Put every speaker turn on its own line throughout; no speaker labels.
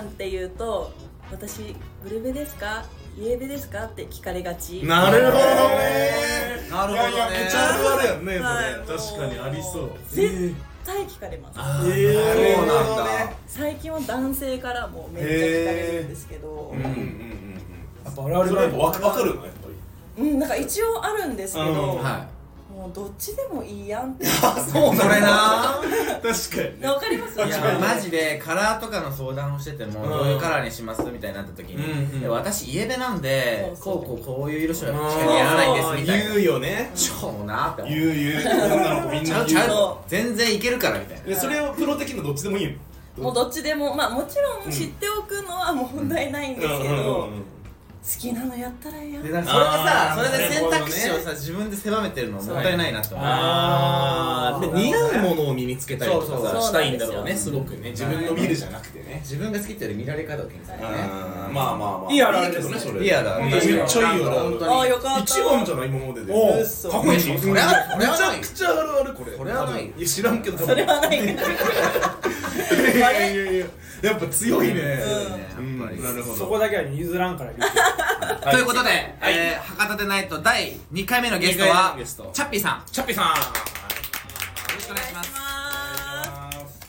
んって言うと私ブルベですかイエベですかって聞かれがち
なるほどね
なるほどね
いやいやめちゃあるあるやんね
はい
確かにありそう
絶対聞かれます
それえ
ー
ー
そうなんだ
最近は男性からもめっちゃ聞かれるんですけど、
うんうんうん
やっぱ我
それ
々
はやっ
も
ぱ分か分かるのやっぱり
うんなんか一応あるんですけど、
うん
は
もうどっちでもいいやんって
いそうそれな
確かに
わかります
いやマジでカラーとかの相談をしてても、
うん
どういうカラーにしますみたいになった時に、
うんうん
いや私イエベなんで
そうそう
こうこうこういう色しかや
うん
らないんですみたい
言
な
うよね
超なって思う
言う 言う女の子みん
ち
な
ゃ
言
う
う
ちゃう
そ
全然いけるからみたいな
でそれをプロ的などっちでもいいの
もうどっちでもまあもちろん知っておくのは問題ないんですけど、好きなのやったらええやん
でなんかそれは
あー
さそれで選択肢を
なるほ
さ自分で狭めてるのもったいないなって思う
あーで似合うものを身につけたりと
そう
か
そう
そ
さ
う
したいんだろうね
そ
す
う
ごくね
自分の見るじゃなくてね
自分が好きっていうより見られ方を気にするね
うんまあまあまあ
いいあるあるですね
いいけどそれ
リアだ
うん
確かに
めっちゃいいよな
本当に
ああよかった
一番じゃない今までで
おう
嘘
かっこいいし
それはそ
め
れ
ち
はな
ゃ
い
くちゃあるあるこれ
これはない
多分や知らんけど
それはないか
いやいやいやいややっぱ強いね
うんやっぱり
なるほど
そこだけは譲らんから言う
ということで、えー博多でナイト第2回目のゲスト
二回目
は
のゲスト
チャッピーさんよ
チャッピーさん
ろしくお願いします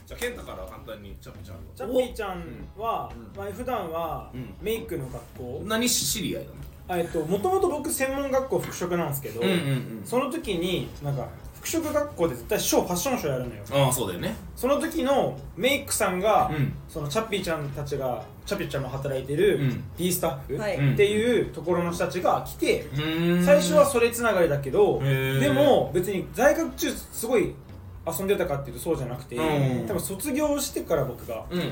じゃあ健太から簡単にチャッピちゃん
チャッピーちゃんは、まあ、普段は
うん
メイクの学校、
何し知り合いなの
あえっともともと僕専門学校服飾なんですけど、
ん
その時になんか服飾学校で絶対ショーファッションショーやるのよ
ああそうだよね
その時のメイクさんが、
うん
そのチャッピーちゃんたちがチャッピーちゃんも働いてる
うん
D スタ
は
ッ
い
フっていうところの人たちが来て、最
最
初はそれつながりだけど
へー
でも別に在学中すごい遊んでたかっていうとそうじゃなくて、
うん
多分卒業してから僕が
うんうん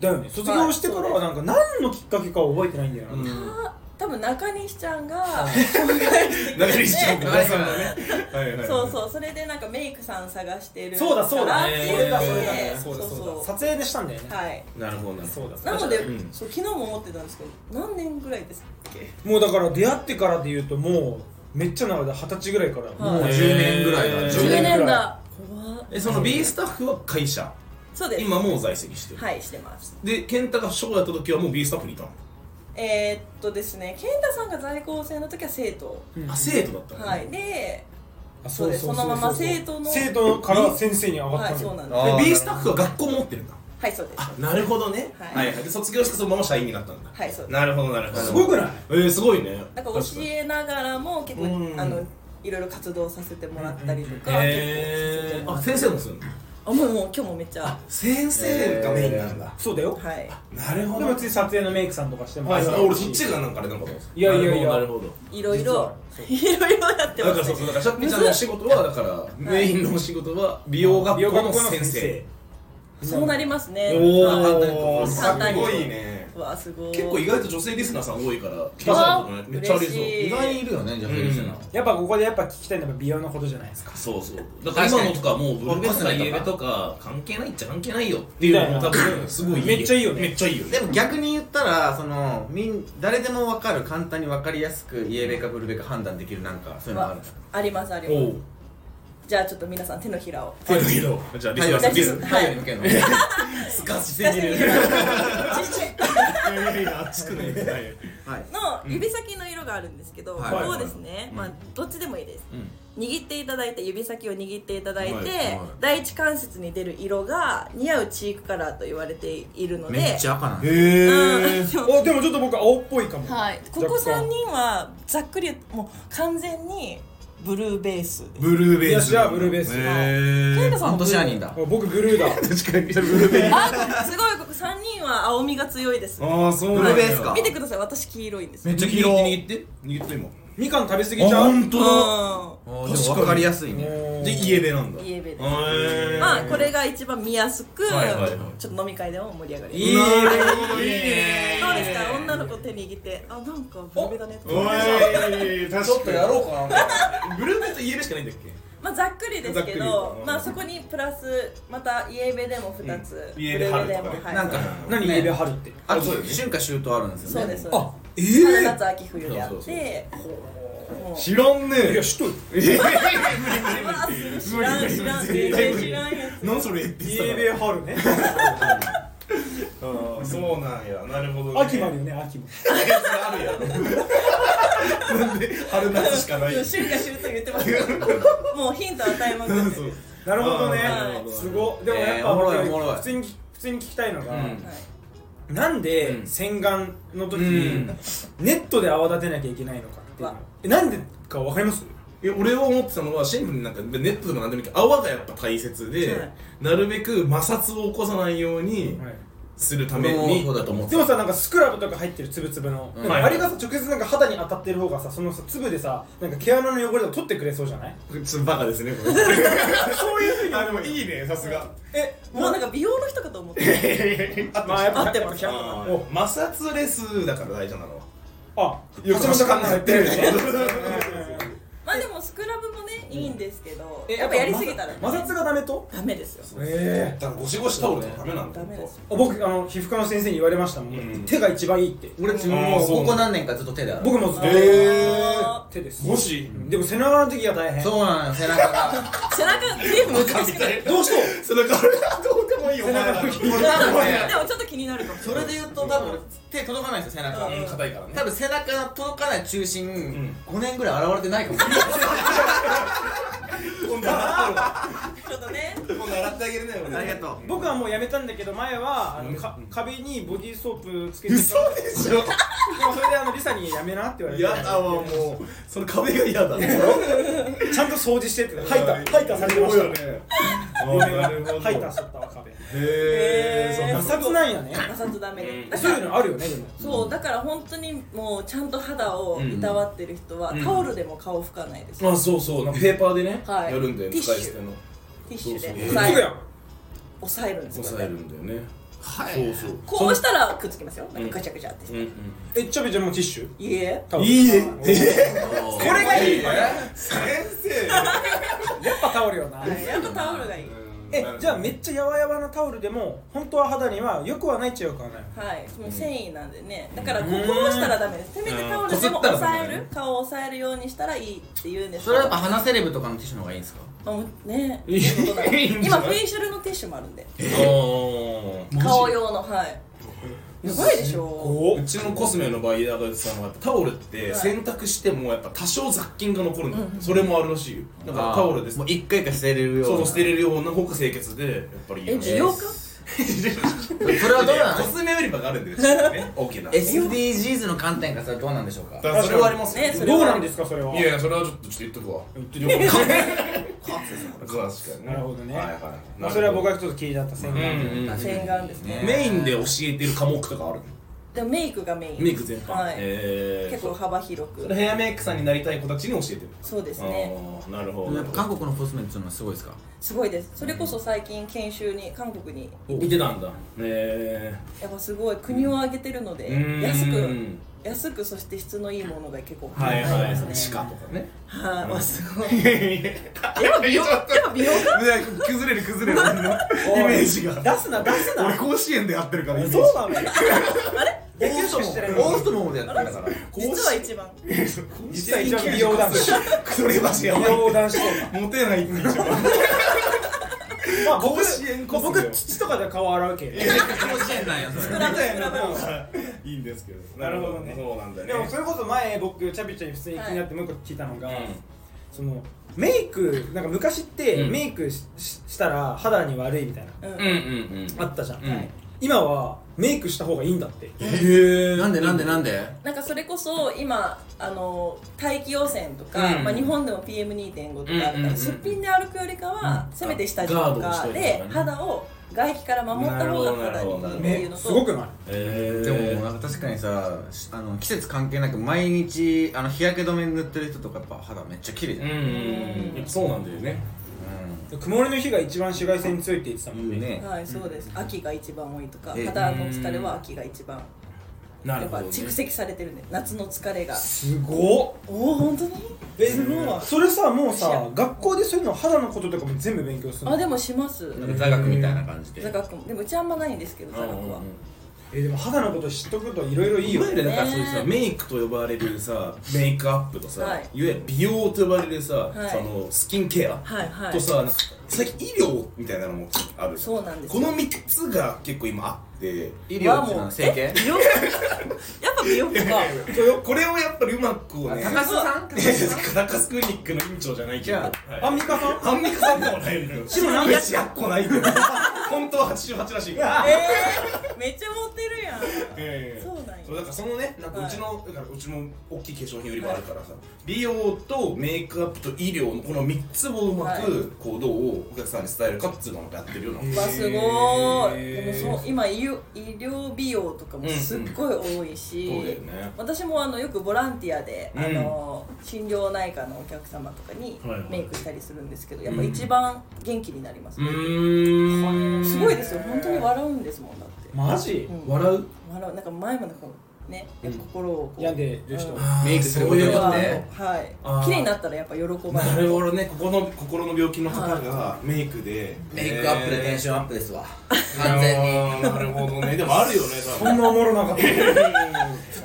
だよね卒業してからはなんか何のきっかけかは覚えてないんだよな、
多分中西ちゃんが紹介してくれて
中西ちゃんお
お母
母
さ
さ
ん
ん
が
が
ね
ねはいはい
そうそうそれでなんかメイクさん探してる
そうだそうだ
からって
そ
言
れだ
って
そ
そうう
だ
そう
撮影でしたんだよね、
はい
なるほどなるほ
そうだそうだ
なので、
うん
そう昨日も思ってたんですけど何年ぐらいですか
もうだから出会ってからで言うともうめっちゃ長い二十歳ぐらいから、
はい
もう
ど
10
10年ぐらいだ
へー
10
10
年
年だ怖っ
えその B スタッフは会社
そうです
今もう在籍してる
はいしてます
で健太がショーやった時はもう B スタッフにいたの
えー、っとですね健太さんが在校生の時は生徒
うん
あ生徒だったの
はいで
あ
そうですそのまま生徒の
生徒から先生に上がっ
は
た
いそう
の
なんです
あー
で B スタッフは学校持ってるんだ
はいそうです
あなるほどね
はい
はいで卒業してそのまま社員になったんだ
はいそうです
なるほどなるほど
すごくない
えーすごいね
なんか教えながらも結構
うん
あのいろいろ活動させてもらったりとか、結構させてもらって
えーあ先生もするの
あもうもう今日もめっちゃ
先生がメインなんだ
そうだよ
はい
なるほ
で
ど
も別に撮影のメイクさんとかしても
はい
ら
は
た
い
し
俺そっちがなんかあれなのかと思って
いやいやいや
なるほど
いろい
実
ろ
はい
ろいろやって
な
ま
んか
す
そう
ね
そうだからシャッピーちゃんのお仕事はだからメインのお仕事は美容学校の先生
そうなりますね
おー
はい
おー
す
簡単に
ごいね
わあすごい
結構意外と女性リスナーさん多いから聞い
あ
たことないめっちゃあり
嬉し
そ
意外にいるよねじゃあフェリス
うん
やっぱここでやっぱ聞きたいのは美容のことじゃないですか
うそうそうだから今のとかはもうブルベとかイエベとか関係ないっちゃ関係ないよっていうのも多分すごい
めっちゃいいよね
めっちゃいいよね
でも逆に言ったらそのみん誰でも分かる簡単に分かりやすくイエベかブルベか判断できるなんかそういうのがあ
わ
るの
ありますあり
お
ま
う
すじゃあちょっと皆さん手のひらを
手のひらをじゃあリス
太
ナーさん
陽に
リスナー
太陽に向けるの
すかしすぎるいやいや熱くないはい
はい
の指先の色があるんですけど、
はい
ここをですね、まあどっちでもいいです、握っていただいて指先を握っていただいて、
はいはい
第一関節に出る色が似合うチークカラーと言われているので
めっちゃ赤なんだ
へ
うんでも
でもちょっと僕青っぽいかも
はい、ここ3人はざっくり言うともう完全にブルーベースです
ブルーベース
いやじゃあブルーベース
へ
ケイ
ー
タさん
本
もブル
当シャ
ー
ーニンだ
僕ブルーだ
確かにブルーベース
あすごいここ3人は青みが強いです
ああそうなん
ブル
や
ーベースか
見てください私黄色いんです
めっちゃ黄
色
色
って握って今
みかん食べ過ぎち
あ
ゃう
本当だ
う
あーでも分かりやすいね
もう
でイエベなんだ
んイエベです
へー
まあこれが一番見やすく、
はいはいはい
ちょっと飲み会でも盛り上がり
いいね
いいね
どうですか女の子手握ってあなんかブルベだねと
お
か
い確かに
ろうかな
ブルーベとイエベしかないんだっ
まあざっくりですけ
ざっく
ど
り、うん
まあそこにプラスまたイエベでも2つ、
うんイエベ春とかね
ブルベでもはい
なんか
何イエベ春って
秋
そうだよね
春夏秋冬あるんですよ
そう
ね
ですそうです
え
春
ー
夏秋冬であっても
知らんね
いや知っとる
うわー知らん知らん全然知らんやつ
何それって
イエベ春ね
ああそうなんやなるほど、ね、
秋もあるよね秋も
あるやろなんで春夏しかない
うん春夏秋冬言ってますよもうヒント与えまくって
そう
なるほどね
あーなるほど
すごっでもやっ
えー
ぱ
おも
僕
ろいおもろい
普通に聞普通に聞きたいのが、
うん
はい
なんで
うん
洗顔の時
うん
にネットで泡立てなきゃいけないのかっていうの
わ
えなんでかわかります
いや俺は思ってたのはシンプルになんかネットでも何でもいいけど泡がやっぱ大切で、
はい
なるべく摩擦を起こさないようにするため
俺も
に、
そうだと思って
でもさなんかスクラブとか入ってるつぶつぶの、
うん
なんかあれがさ直接なんか肌に当たってる方がさそのさ粒でさなんか毛穴の汚れを取ってくれそうじゃない
ちょっとバカですねこれ
そういうふうに
あでもいいねさすが
え
もうなんか美容の人かと思って
まあやっぱ
合ってます
やっぱ
あ
お
ー摩擦レスだから大事なのは
あ
よく
橋本環奈が言ってるよ ね
まあでもスクラブもねいいんですけど
え
やっぱやりすぎたらね
摩擦がダメと
ダメですよ
ええ
だからゴシゴシタオルとかダメなんだ
ダメですよ
僕あの皮膚科の先生に言われましたもん、
うん
手が一番いいって
俺自分
あ
も
ーそう
ここ何年かずっと手で洗う
僕もずっと
えー
手です
ゴシ
でも背中の時が大変
そうなのよ背中が
背中全部難しくない
どうして
それからどうでもいいよお前らの
でも
なんかね
でもちょっと気になるかも
それで言うと多分手届かないんですよ背中
うん
硬いからね
多分背中の届かない中心
ん
5年ぐらい現れてないかもしれない
今度洗
ちょっとね
って今度洗ってあげるね俺
と
僕はもうやめたんだけど前はあのか壁にボディーソープつけてた
嘘でしょ
でもそれであのリサにやめなって言われて
やだわもうその壁が嫌だね
ちゃんと掃除してってハイター
た
ハイターされてました
ね
嫁
なるほ
が
ど
ハイターしとったわ壁
へ
え
え
ー
摩
そんな
擦なんやね
摩擦ダメですだか
そう
ら
いうのあるよねでも
そうだから本当にもうちゃんと肌をいたわってる人は、タオルでも顔拭かないです、
あそうそうなんかペーパーでね
はい
やるんだよ
ティッ
使
シュ
い捨ての
ティッシュで
そうそう
くっ
押
つ
さ
く
え
やん
押さえるんですよ
抑えるんだよねはいそうそう
こうしたらくっつきますよなん
うん
かガチャガチャってして、
うんうん
えっちょびちゃんもティッシュ
いいえ
タオル
いいえ
こ
これがいいよね
先
やっぱタオルよ な
やっぱタオルがいい、
生
えじゃあめっちゃやわやわなタオルでも本当は肌にはよくはないっちゃよくはない
はいその繊維なんでねだからここを押したらダメですせめてタオルでも
こすった
押
らダ
さ
メだね
える顔を押さえるようにしたらいいって言うんです
それはやっぱ鼻セレブとかのティッシュの方がいいんですか
あもうね
いいいいんじゃ
今
ない
フェイシャルのティッシュもあるんで
あー
顔用のはいやばいでしょ
お
うちのコスメのバイヤーが言ってたのはやっぱタオルって洗濯してもやっぱ多少雑菌が残るんだよそれもあるらしいよだからタオルです
もう一回か捨てれるよう
そう
な
そう捨てれるような方が清潔でやっぱりいい
え
よね
美容か
それはどうな
コ
の
スメ売り場があるんだよね大きな
SDGs の観点からそれはどうなんでしょうか
からそれはあります
ねそれ
どうなん
は
ですかそれはい
やいやそれはちょっとちょっと言っとくわ
言ってるよ
確かに
なるほどね
はいはい
まあそれは僕がちょっと気になった洗顔
うんうん
で
洗顔ですね
メインで教えてる科目とかある
でもメイクがメイン
メイク全般
はい
えー
結構幅広
そ
く
れヘアメイクさんになりたい子たちに教えてる
そうですね
ああなるほ
やっぱ韓
ど
国のコスメっていうのはすごいですか
すごいですそれこそ最近研修に韓国に
見てたんだえ
やっぱすごい国を挙げてるので
ー
安
う
く
ん
安くそして質のいいものが結構
はいは
買え
い
ます
地下
ね
とかね
はいまあすごい
今美容今美容崩れる崩れる俺のイメージが
出すな出す
俺
な
甲子園でやってるからイメージ
そう なのよ
オ
野球しかしてないの
ーストもでやってるから
実は一番
実
際一応美容男子
それマジやば
美
い
容男子とか
モテないって言っちゃう
まあ僕
甲子園こそだよ
僕父とかで顔洗うけ
甲子園なんやそれ
クラブクラブ
いいんですけど
なるほどね
そうなんだよね
でもそれこそ前僕チャビちゃんに普通に気になってもう一個聞いたのが、
うん
そのメイクなんか昔って
うん
メイクしししたら肌に悪いみたいな
うん
うんうんうん
あったじゃん、
うん
今はメイクした方がいいんだって
へ
なんでなんでなんで
なんかそれこそ今あの大気汚染とか、
うん
まあ、日本でも PM2.5 とかある
うん
か
うんうん
らすっぴんで歩くよりかは、せめて下地と
ガードをし
か
といた方
で
がね
肌を外気から守った方が肌にいいっていうの
すご
と
くない
え
でもなんか確かにさしあの季節関係なく毎日あの日焼け止め塗ってる人とかやっぱ肌めっちゃ綺麗じゃ
うん
ん、
うんうんやっぱそうなんだよね
曇りの日が一番紫外線に強いって言ってたも
うん
ん
いい
ね
ね
はいそうです秋が一番多いとか
え
肌の疲れは秋が一番
な
や
る
っ
ほ
ぱ
ど
蓄積されてるんで夏の疲れが
すごっ
おお本当に
えそれさもうさ
幸
学校でそういうの肌のこととかも全部勉強する
あ
の
でもします
なんか座学みたいな感じで
座学もでもうちあんまないんですけど座学は
えでも肌のこと知っとくといろいろいい
い
よ
わゆるだからそういう
ね
さ
え
メイクと呼ばれるさメイクアップとさ、
はい
い、わゆる美容と呼ばれるさ、
はい
そのスキンケア
はいはい
とさ、なんか最近医療みたいなのもあるじゃん
そうなんです
こ
よ
の3つが結構今あっって
医
は
療っていうの
も
は
う
整形
え美容師やっぱ美容 師か
それをこれをやっぱりうまくこうね
高須さん
カラカスクリニックの院長じゃないけ
じ
ど
ゃ
アンミカさん
アンミカさんでもない のよ
でもなんか
1やっこ ないけど本当は88らしいから
えー、めっちゃモテるやん
ええ
そうなんや
そうだからそのねなんか
はいう
ちの、だからうちも大きい化粧品売り場あるからさ、美容とメイクアップと医療のこの3つをうま
はい
くこうどうお客さんに伝えるかっつうのをやってるような、
わすごーい
へー
でもそう今医療医療美容とかもすっごい多いし、
そうだよね
私もあのよくボランティアで、
うん
あの診療内科のお客様とかに
はいはい
メイクしたりするんですけど、やっぱ一番元気になります、
うーん
すごいですよ本当に笑うんですもんだって、
マジ
うん
笑う
笑うなんか前までこうね、やっぱ心をこう
病んでる人
うん
メイクすることによ
は
っ
い
て
あ
は
ー
い綺麗になったらやっぱ喜ばれる
なるほどねここの心の病気の方がメイクで
メイクアップでテンションアップですわ完全に
になるほどねでもある よね多
そんなおもろなかった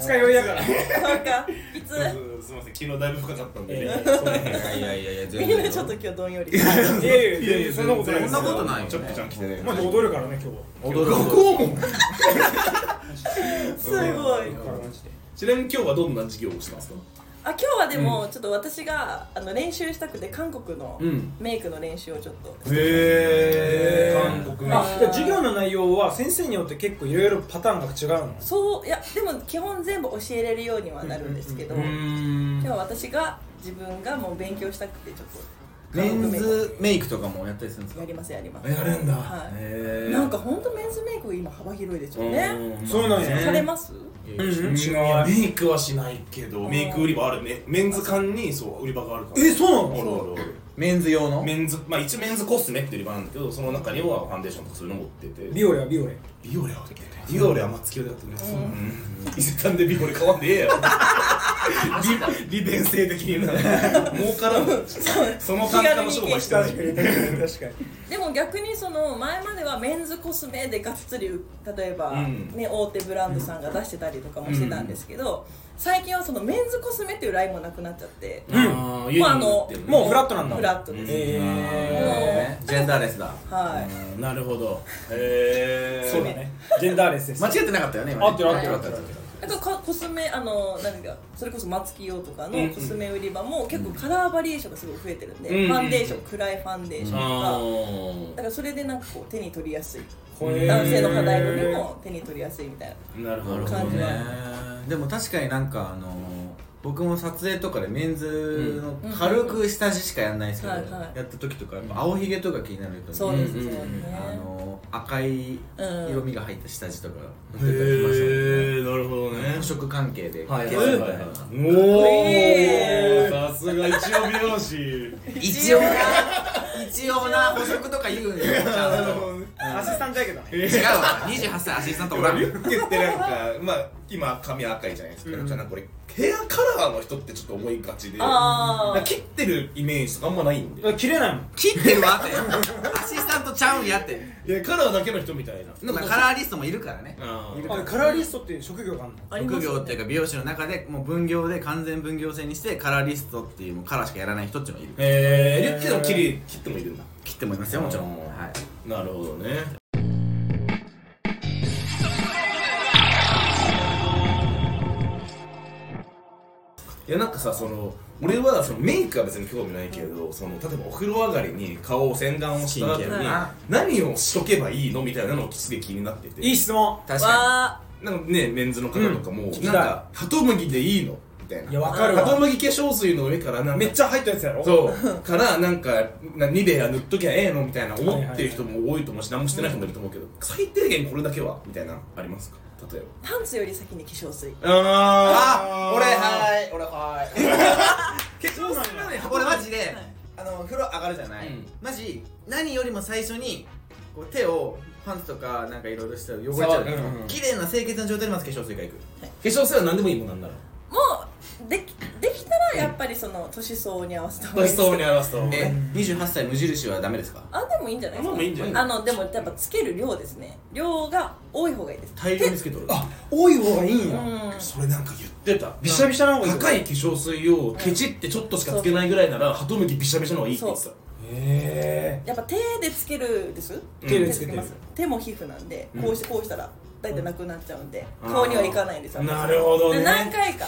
二日酔いやから
なんかいつ
分すみません昨日だいぶ深かったんでね、
ええ
その辺
いやいやいやいや
み
全
んな ちょっと
然
今日どんより
いやいやいやいやそんなことないです
そんなことないよね
ちょっとちゃん来てね
マジ踊るからね今日
踊
は
る
拷問
すごい
だからマジで
ちなみに今日はどんな授業をしたんですか
あ今日はでもちょっと私があの練習したくて韓国の
ん
メイクの練習をちょっと
へ
ー
韓国
あじゃあ授業の内容は先生によって結構いろいろパターンが違うの
そういやでも基本全部教えれるようにはなるんですけど今
ん
日は私が自分がもう勉強したくてちょっと
メン
韓国メイ
ズメイクとかもやったりするんです
ク
か
やりますやります
やるんだ
はい
へー
なんかほんとメンズメイク今幅広いですよね
うん
そうなんや
されます
うんうん
うんいやメイクはしないけどメイク売り場あるねメンズ館にそう売り場があるから
えそうな
あ
の
るあるあ
メンズ用
る
の
メンズまあ一応メンズコスメっていう売り場なんだけどその中にはファンデーションとかそういうの持ってて
ビオレはビオレ
ビオレはビオレは松清だったねうん伊勢丹でビオレ買わんでええやろ利利便性的にな儲からんその単価の商売してない
確か に確かに
でも逆にその前まではメンズコスメでがっつり例えば、
うん
ね、大手ブランドさんが出してたりとかもしてたんですけど、最近はそのメンズコスメっていうラインもなくなっちゃって、
うん
あー
もうあの
家に売ってるね
もうフラットなんだ
フラットです、
うん
え
ジェンダーレスだ
はい、
うんなるほどへ
ー
え
そうだねジェンダーレスです
間違ってなかったよね今ね
合ってる合ってる
合
合
っ
ってて
る
る
合ってる
なんかかコスメあの何かそれこそ松木用とか
うんう
の
ん
コスメ売り場も結構カラーバリエーションがすごい増えてるんで、
うん
ファンデーション暗いファンデーションとか、
あ
だからそれでなんかこう手に取りやすい
へー
男性の課題よりも手に取りやすいみたいな
ーなるほど
感じは
でも確かになんかあの僕も撮影とかでメンズの軽く下地しかやんないですけど、
うんはいはい
やった時とかやっぱ青ひげとか気になると
そうですね、
うんうんうん
あの赤い色味が入った下地とか売ってたりしましたもんね
へえなるほどね
服飾関係で
はいはい
消
は
す
い
みたいな
え
おおさすが一応美容師
一応な一応な補色とか言うんよちゃんと
アシスタントやけどね
違うわ28歳アシスタントおらん
リュッケってなんかまあ今髪赤いじゃないですか、じゃあなんかこれヘアカラーの人ってちょっと思いがちで
あー
なんか切ってるイメージとかあんまないんで
切れないもん
切ってるわってアシスタントちゃうんやって
いやカラーだけの人みたいな
でもカラーリストもいるからね
あー
あれカラーリストっていう職業があるの
あります
職
よね
業っていうか美容師の中でもう分業で完全分業制にしてカラーリストっていうもうカラーしかやらない人っていうのがいる
えー、リュッケでも切り切ってもいるんだ
切ってもいますよもちろ
うんん
はい
なるほどねいやなんかさその俺はそのメイクは別に興味ないけどその例えばお風呂上がりに顔を洗顔をした後
スキ
に
ンケアな
何をしとけばいいのみたいなのをすげえ気になってて
いい質問
確か
わ
なんかねメンズの方とかも、
聞きた
ないんかハトムギでいいのみたいない
やわかるわ
ハトムギ化粧水の上からなんか
めっちゃ入ったやつやろ
そうからなんかなニベア塗っときゃええのみたいな思ってる人も多いと思うし何もしてない人もいると思うけど最低限これだけはみたいなのありますか例えば
ーパンツより先に化粧水
あ
あ俺はい俺はい結婚するのに俺マジで
い
あの風呂上がるじゃない
うん
マジ何よりも最初にこう手をパンツとかなんかいろいろしたら汚れちゃう
触るうんうん
綺麗な清潔な状態でまず化粧水がいく
化粧水は何でもいいもんなんなら
もうできできたらやっぱりその年相に合わせた方がいいです
そうに表すと
え28歳無印はダメですか
あでもいいんじゃないですか
まあまあいいんじゃない
あのでもやっぱつける量ですね量が多い方がいいです
大量につけとる
あ
多い方がいいん
う
や
ん
それなんか言ってた
びしゃびしゃな方がいい
高い化粧水をケチってちょっとしかつけないぐらいならハトムギびしゃびしゃの方がいいって言ってた
へ
やっぱ手でつけるです
手でつけてる
ます手も皮膚なんでこうしこうしたら大体なくなっちゃうんで顔にはいかないんですよ
なるほどね
で何回か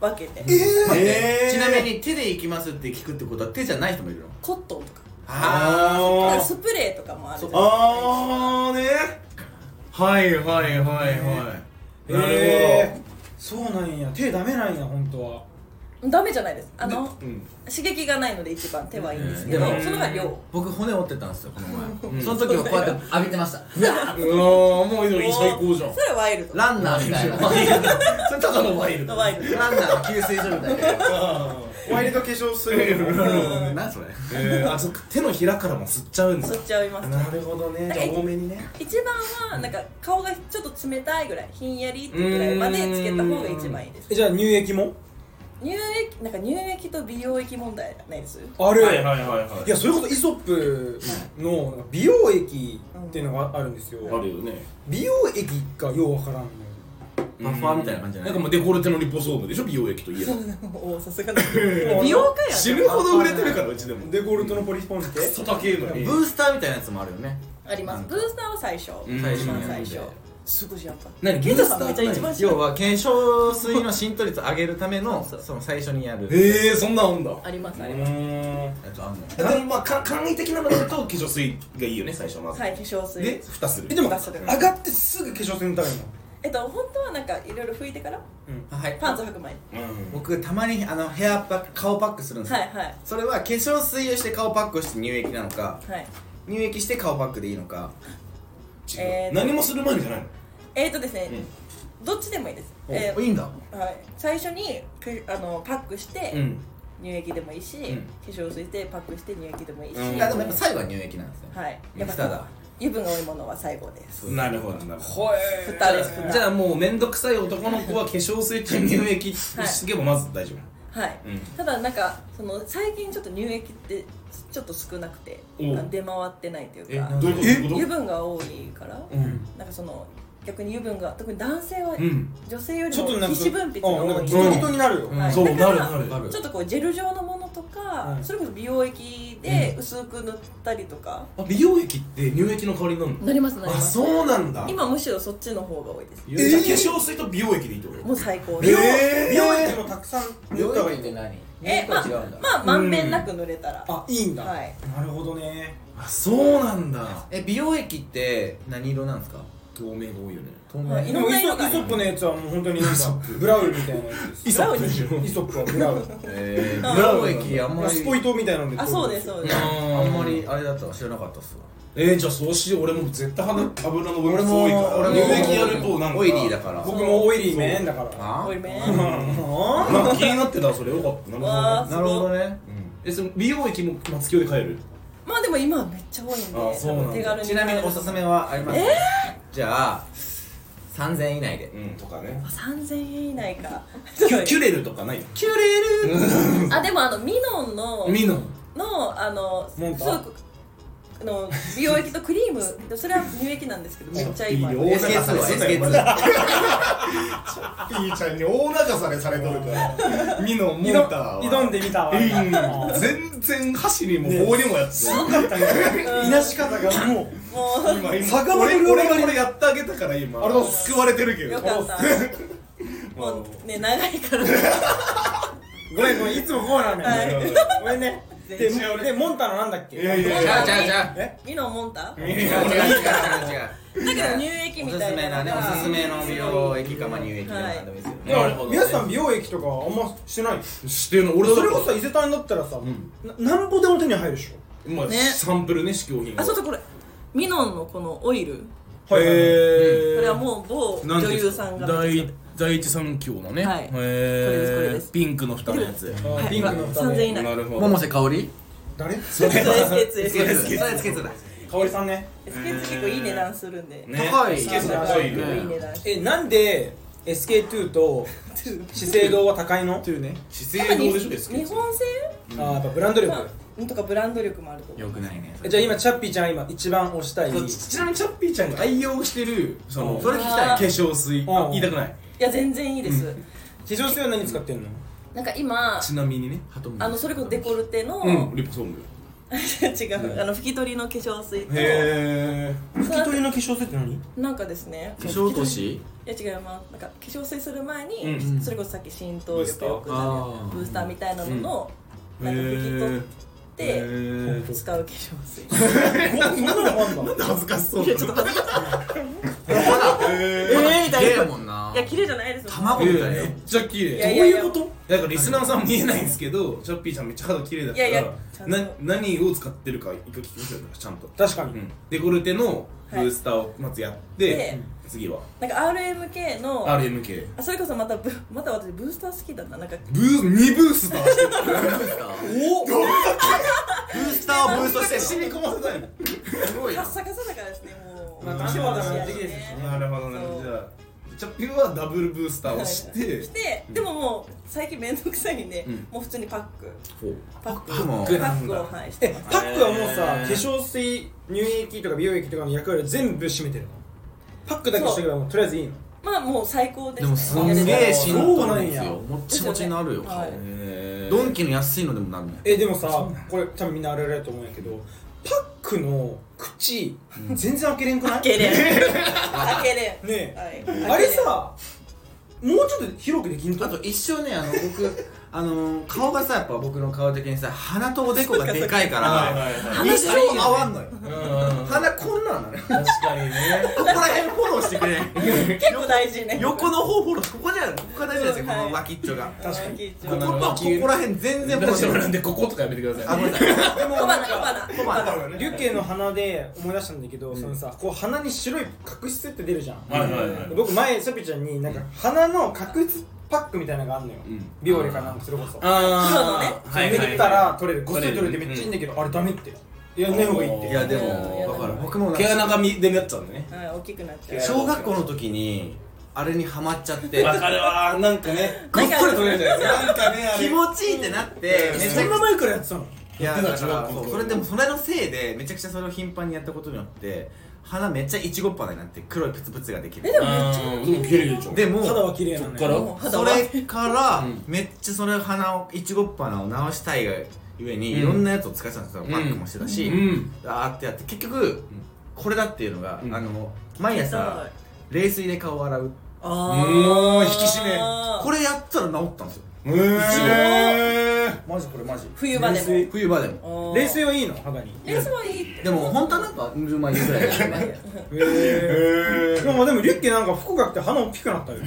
分けて
え
ちなみに手で行きますって聞くってことは手じゃない人もいるの
コットンとかだから
あ
スプレーとかもあるじゃないですか
あーね
はいはいはいは
なるほど
そうなんや手ダメなんや本当は
ダメじゃないですあの
うん
刺激がないので一番手はいいんですけど、
うん
そのが量
僕骨折ってたんですよこの前、
うん
その時はこうやって浴びてました
うんもういい最高じゃん
それはワイルド
ランナーみたいなラン
それただのワイルド
ワイルド
ナーの給水所みたいな
ワイルド化粧水
うん何それ
えーあそっか手のひらからも吸っちゃうんだ
吸っちゃいます
なるほどねじゃあ多めにね
一番はなんか顔がちょっと冷たいぐらいひんやりってぐらいまでつけた方が一番いいです
えじゃあ乳液も
乳液なんか乳液と美容液問題ない です
ある
はいはいはいはい
いやそれこそイソップの美容液っていうのがあるんですよ、
るよね
美容液がようわからんの
パファーみたいな感じじゃない
んかもうデコルテのリポソームでしょ美容液といえば
おおさすがだ美容家や
死ぬほど売れてるからうちでも
デコルトのポリスポンジって
ソタ系のに
ブースターみたいなやつもあるよね
ありますブースターは最初
ん
一番最
最
初
初
すごいやっぱ
何
ケンタさんめっちゃ一番下
要は化粧水の浸透率上げるためのその最初にやる
ええそんなもんだ
ありますあります
ん
やつあんの
でもまあか簡易的なのだと化粧水がいいよね最初まず
はい化粧水
で蓋する
えでも
出
上
すね
がってすぐ化粧水のための
えっと本当はなんかいろいろ拭いてから
はい
パンツ履く前に
うん
僕たまにあのヘアパック顔パックするんですよ、
はいはい
それは化粧水をして顔パックをして乳液なのか
はい
乳液して顔パックでいいのか
えー
何もする前にじゃないの
えっ、とですね、どっちでもいいです、えー
いいんだ
はい、最初にくあのパックして
ん
乳液でもいいし、
ん
化粧水でパックして乳液でもいいし、
うん
いやでもやっぱ最後は乳液なんですね、
はいやっぱ
蓋だ
油分が多いものは最後です
なるほどなるほど
蓋です蓋
じゃあもう面倒くさい男の子は化粧水と乳液しとけばまず大丈
はい、
うん
ただなんかその最近ちょっと乳液ってちょっと少なくて
おう
あの出回ってないというか
夫どういうこと
油分が多いから、
ん
なんかその逆に油分が特に男性は
うん
女性より
ちょ
も
っとなんか
皮脂分泌が
うんな
多
んか
い
ギトギトになるよ、
はい
そう
だから
なるな
る
ちょっとこうジェル状のものとか、
うん
それこそ美容液で薄く塗ったりとか、
あ美容液って乳液の代わりになるの
なりますなり
あ
ます
そうなんだ
今むしろそっちの方が多いです
えー化粧水と美容液でいいってこと
もう最高
美
です
容
えー
美容液もたくさん塗った方がいい
て何
えまあまあまんべんなく塗れたら、
あいいんだ、
はい
なるほどね
あそうなんだ
え美容液って何色なんですか
透明が多いよね
透明、
は
で
い
もイソ
いろんな色がある
イソップのやつはもう本当になんかブラウルみたいなやつです
ソップでし
イソップはブラウル
えー、
あ
美容液あんまり
スポイトみたいなので
あそうですそうです、
あ
あ
んまりあれだったら知らなかったっすわ
えー、じゃあそうしよう俺も絶対鼻油の上
俺も
多いから
俺も
乳液やるとなんか
オイリーだから
僕もオイリーめんだから
あ
多いめ
あ
なんか気になってたそれよかった
わー
なるほどね
うんえその美容液も松清で買える
まあでも今はめっちゃ多いんで
あそうなんだ
手軽に
ちなみにおすすめはありますえじゃあ3000円以内で
うんとかね
3000円以内か
キュキュレルとかない
キュレル
あでもあのミノンの
ミノン
のあの
モンパ
そうあの美容液とクリームそれは乳液なんですけどめっちゃ今
いいよ
SK2 は SK2
ピーちゃんに大泣かされされとるからミノンモンターは
挑んでみたわ
うん全然箸にも棒にもやってない
いなし方がもう
もう
今今
逆張り
俺
の
俺がこれやってあげたから今
ありがとうございます
救われてるけど
よかったもうね長いから
ごめんごめんいつもこうなんだよ
は
ごめんねででモンタのなんだっけ
いやいや
じゃあじゃあじゃあ
え
ミノンモンタだけ
違う違う違う違う
ど乳液
お
み
す
た
す
い
め
なの
なね
が
おすすめの美容液かまあ乳液か
はい
何でもいいですよね
なるほど
皆さん美容液とかあんましてない
してるの俺だ
それこそ伊勢丹だったらさななんぼでも手に入るでし
まあ
ね
サンプルね試供品
あそうだこれミノンのこのオイル
ょはいはいはい
こ
え
れはもう某
なん
女優さんが
ですか第第一三強のね、
はい
へー
これですこれです
ピンクの蓋のやつ
あピンクの蓋
3000円以
ね
内
なるほど
百瀬香織
誰
スケッツ
それつけてた
香織さんね
結構いい値段するんで
高い
スケート
まあ
高
い
い
い
よね
値段して
えなんで SK2 と資生堂は高いのね
資
やっ
生
ぱ
堂
日
でしょですけ
日
ど
本製
あーやっぱブランド力
まあとかブランド力もあると思う
よくないね
えじゃあ今チャッピーちゃん今一番推したい
そうちちなみにチャッピーちゃんが愛用してるその
それ聞きた
あー
化
い
粧水
うん
言いたくない
いや全然いいです
化粧水は何使ってんの
なんか今
ちなみにね
あのそれこそデコルテの、
うんリポソーム
違う、あの拭き取りの化粧水と
へ
拭き取りの化粧水って何
なんかですね
化粧落とし
いや違うまあなんか化粧水する前に、
う
それこそさっき浸透
ブー
力
スター
よくな
あ
ブースターみたいなのの、
え
なんか拭き取っ
へ
て、
え
使う化粧水
そんなのもあんだ
恥ずかしそう
いやちょっと恥ずかしい
へ
えーみたい
え
な
えもんない
や綺麗じゃないですもん
卵みたい
め
よ
っちゃ綺
い
麗
やいやいや
と
だからリスナーさん見えないんですけどチャッピーちゃんめっちゃ肌綺麗だから
いやいやちゃんと
な何を使ってるか一回聞きましょうよちゃんと、
確か
う
に
ん、デコルテのブースターをまずやって、
で
次は
なんか RMK の
RMK
あそれこそまたブまた私ブースター好きだななんか
ブース2ブースターしてる
ブースターをブーストしてる
染み込ませたいの
すごい
カッサカサだからですねもう、
まあ
もう
男子も
私や
できるしね
なるほどね
そう
じゃあチャッピーはダブルブースターをして、
してでももう最近面倒くさいんで、
うん
もう普通にパックパック
パックも
パックをはいして
え
ます
パックはもう
へ
さ
ー
化粧水乳液とか美容液とかの役割を全部占めてるのパックだけしとけばもうとりあえずいいの
まあもう最高です
で
ね
もすんげえ浸透なんです
そうなんや
よもっちもちになるよ
は
顔
い
えー
ドンキの安いのでもなんない
えでもさこれ多分みんなあるあるやと思うんやけどパックの口全然開けれんくない
開けれん開けれん
ね
はい
え
開
あ
け
れ
ん
さもうちょっと広くできんと
あと一生ねあの僕あの顔がさやっぱ僕の顔的にさ鼻とおでこがでかいか
はいは
ら
いはい
一生合わんのよ
うんうん
鼻こんなんな のよこ
確かにね
こら辺フォローしてくれ
結構大事ね
横の方フォローしてここじゃここが大事なんですよこ
はい
の脇っちょが
確かに
ここ
あ
と
の
ここら辺全然フォロ
ラ
ーし
ジ
て
オ
くれ
なんでこことかやめてくだ
あ
さい
ご
ね
めんなさい
でも
小
な
鼻
ん
小
か
鼻
コマ
だね
リュッケの鼻で思い出したんだけど、そのさこう鼻に白い角質って出るじゃん、
はいはいはい
で僕前サピちゃんになんか鼻の角質パックみたいなのがあるのよ、
ん
ビオレかなんかそれこそ
あー
黒
それ塗ったら取れるごっそり取れてめっちゃいいんだけど、あれダメってやんない方がいいって
いやで
うん
もわかる僕もなんか
毛穴がみで目立っちゃうんだね
はい大きくなっちゃう
小学校の時にあれにハマっちゃって
わかるわーなんかね
なんか
れるじゃないですかなんかねあ
気持ちいいってなってめち
そ
ゃ
ん
く
な前からやってたの
いや
僕
だ
が
か
中
ら
学校
そ
の
う
頃
それでもそれのせいでめちゃくちゃそれを頻繁にやったことによって鼻めっちゃいちごっぱになって黒いプツプツができる
でもめっちゃ
うん綺麗でしょ
で
肌
も
は綺麗なの
そっから
よ
もう肌
そ
は
れから
うん
めっちゃそれ鼻をいちごっぱなを直したいがゆえに
うん
いろんなやつを使ってたんですよ
ん
バッグもしてた
う
し
ん
あーってやって結局これだっていうのがあ
うん
の毎朝冷水で顔を洗う
あ
もう
ー
引き締め
これやったら治ったんですよ
え
マジこれマジ
冬場でも
冷
冬場でも
あー
水冷水はいいの肌に
冷水はいいって
でも本当はなんかぬるま湯ぐらいだ よね
へ
え
えでもでもリュッケなんか福岡って鼻大きくなったよ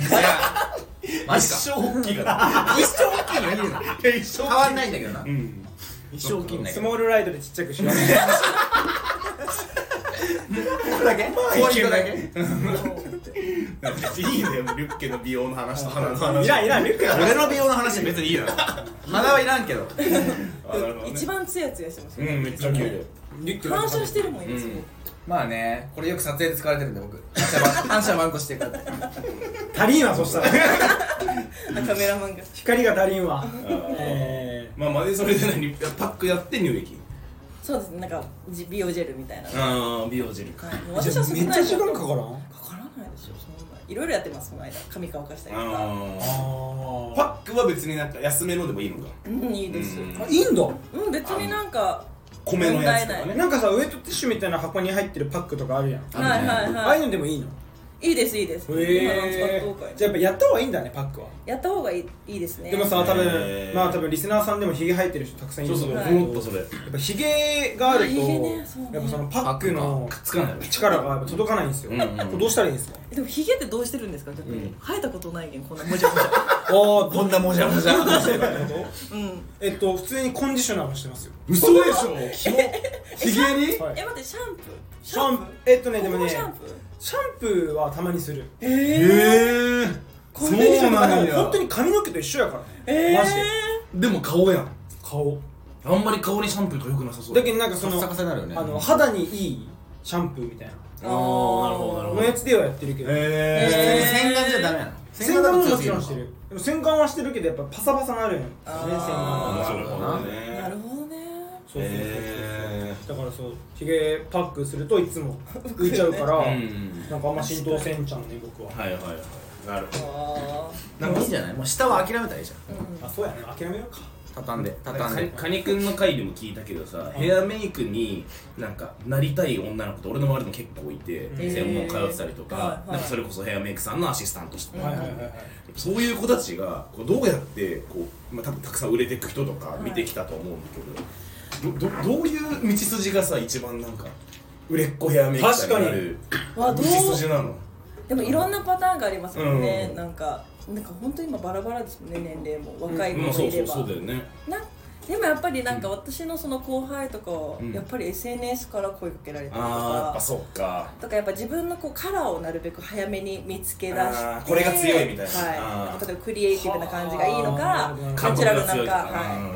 マジ
一
か
生大きいから
一生大きいのいいの
一生
変わんないんだけどな
うん
一生大きいんだけ
ス
ど
モールライトでちっちゃくしよう
これだけポイントだけ
いいねリュッケの美容の話と鼻の
い
話
らんいらんリュッケだ
俺の美容の話は別にいい よ鼻はいらんけど
あなるほどね
一番ツヤツヤしてます
うんめっちゃ綺麗
リュッケ
反射してるもん今す
うん
まあねこれよく撮影で使われてるんで僕反射板反射板として こうやって
足りんわそしたら
ごいカメラマンが
光が足りんわ
ー
え
まあまあでそれで何パックやって乳液
そうですねなんかジ美容ジェルみたいなはい
ああ美容ジェル
ー
私はそん
めっ
な
ちゃ
に
時
か
間かからん
か
あ
らないでしょそんないろいろやってますこの間髪乾かしたりとか
ああ
あ
パックは別になんか安めのでもいいのか
うんいいです
うん
いいんだ
うん別になんか
米のやつとか
問題
ね
なんかさウエットティッシュみたいな箱に入ってるパックとかあるやん
あのね
はいはい
ああ
はい
いうのでもいいの
いいですいいです今の使っ
へ
とうかい
じゃあやっぱやった方がいいんだねパックは
やった方がいいいいですね
でもさ多
へ
分
ー
まあ多分リスナーさんでもヒゲ生えてる人たくさんい
そ
る
うそう
と思う
はい
けど
思ったそれ
やっぱヒゲがあると
あヒゲねそうね
やっぱそのパックの
つかない
力がやっぱ届かないんですよ
うんうん
これどうしたらいいんですか
でもヒゲってどうしてるんですか逆
う
に
ん
生えたことないけんこんなもじゃもじゃ
ああ
こんなもじゃもじゃ
うん
えっと普通にコンディショナーをしてますよ
嘘でしょ
ヒゲに
え待ってシャンプー
シャンプーえっとねで
ここ
も
も
ね
シ
シ
ャン
ャ
プー
ンプーはたまにする
え
へえ
コンディショナー
そうなん
で
や
も本当に髪の毛と一緒やから
えー
マジで
でも顔やん
顔
あんまり顔にシャンプーとかよくなさそう
だけどなんかそ
カッ
の
サカサになるよね
あの肌にいいシャンプーみたいな
あー
あーなるほどなるほ
のやつではやってるけど
普通
へ
に
え
洗顔じゃダメなの
洗顔も
だと
もちろんしてるでも洗顔はしてるけどやっぱパサパサなるんよね洗顔
あ
な
は
るほどね
なるほどね
そうそうそう
へ
そうだからそうヒゲパックするといつも浮いちゃうから、
えうん
なんかあんま浸透せんちゃうね僕は
はいはいはいなるほど
あ
なんかいいんじゃないもう下は諦めたらいいじゃん
あそうやね諦めようか
畳んで畳ん
か
で
かにくんの回でも聞いたけどさヘアメイクになんかなりたい女の子って俺の周りでも結構いて
ん
専門通ってたりと
はいは
か
い
なんかそれこそヘアメイクさんのアシスタントしてた
はい
りと
はい
か
はいはい
そういう子たちがこうどうやってこう、まあ、多分たくさん売れていく人とか見てきたと思うんだけど、どどどういう道筋がさ一番なんか売れっ子ヘアメイクさんになる
わど
道
う
筋なの
でもいろんなパターンがありますもんね、
うん
なんかなんか本当今バラバラですもんね年齢も若い子
まあ
も
そ
いう
そ
れ
う
ば、
そうだよね
なでもやっぱりなんか私のその後輩とかは、
うん
やっぱり SNS から声かけられたりと
ああやっぱ
か
そっか
とかやっぱ自分のこうカラーをなるべく早めに見つけ出し
あー
て
これが強いみたいな
はい、
あー
例えばクリエイティブな感じがいいの
はあ
か
なるほど
ナ
韓
チュ
国
ラル
が
な
強
ん
い
か、
とか
は
うん
い、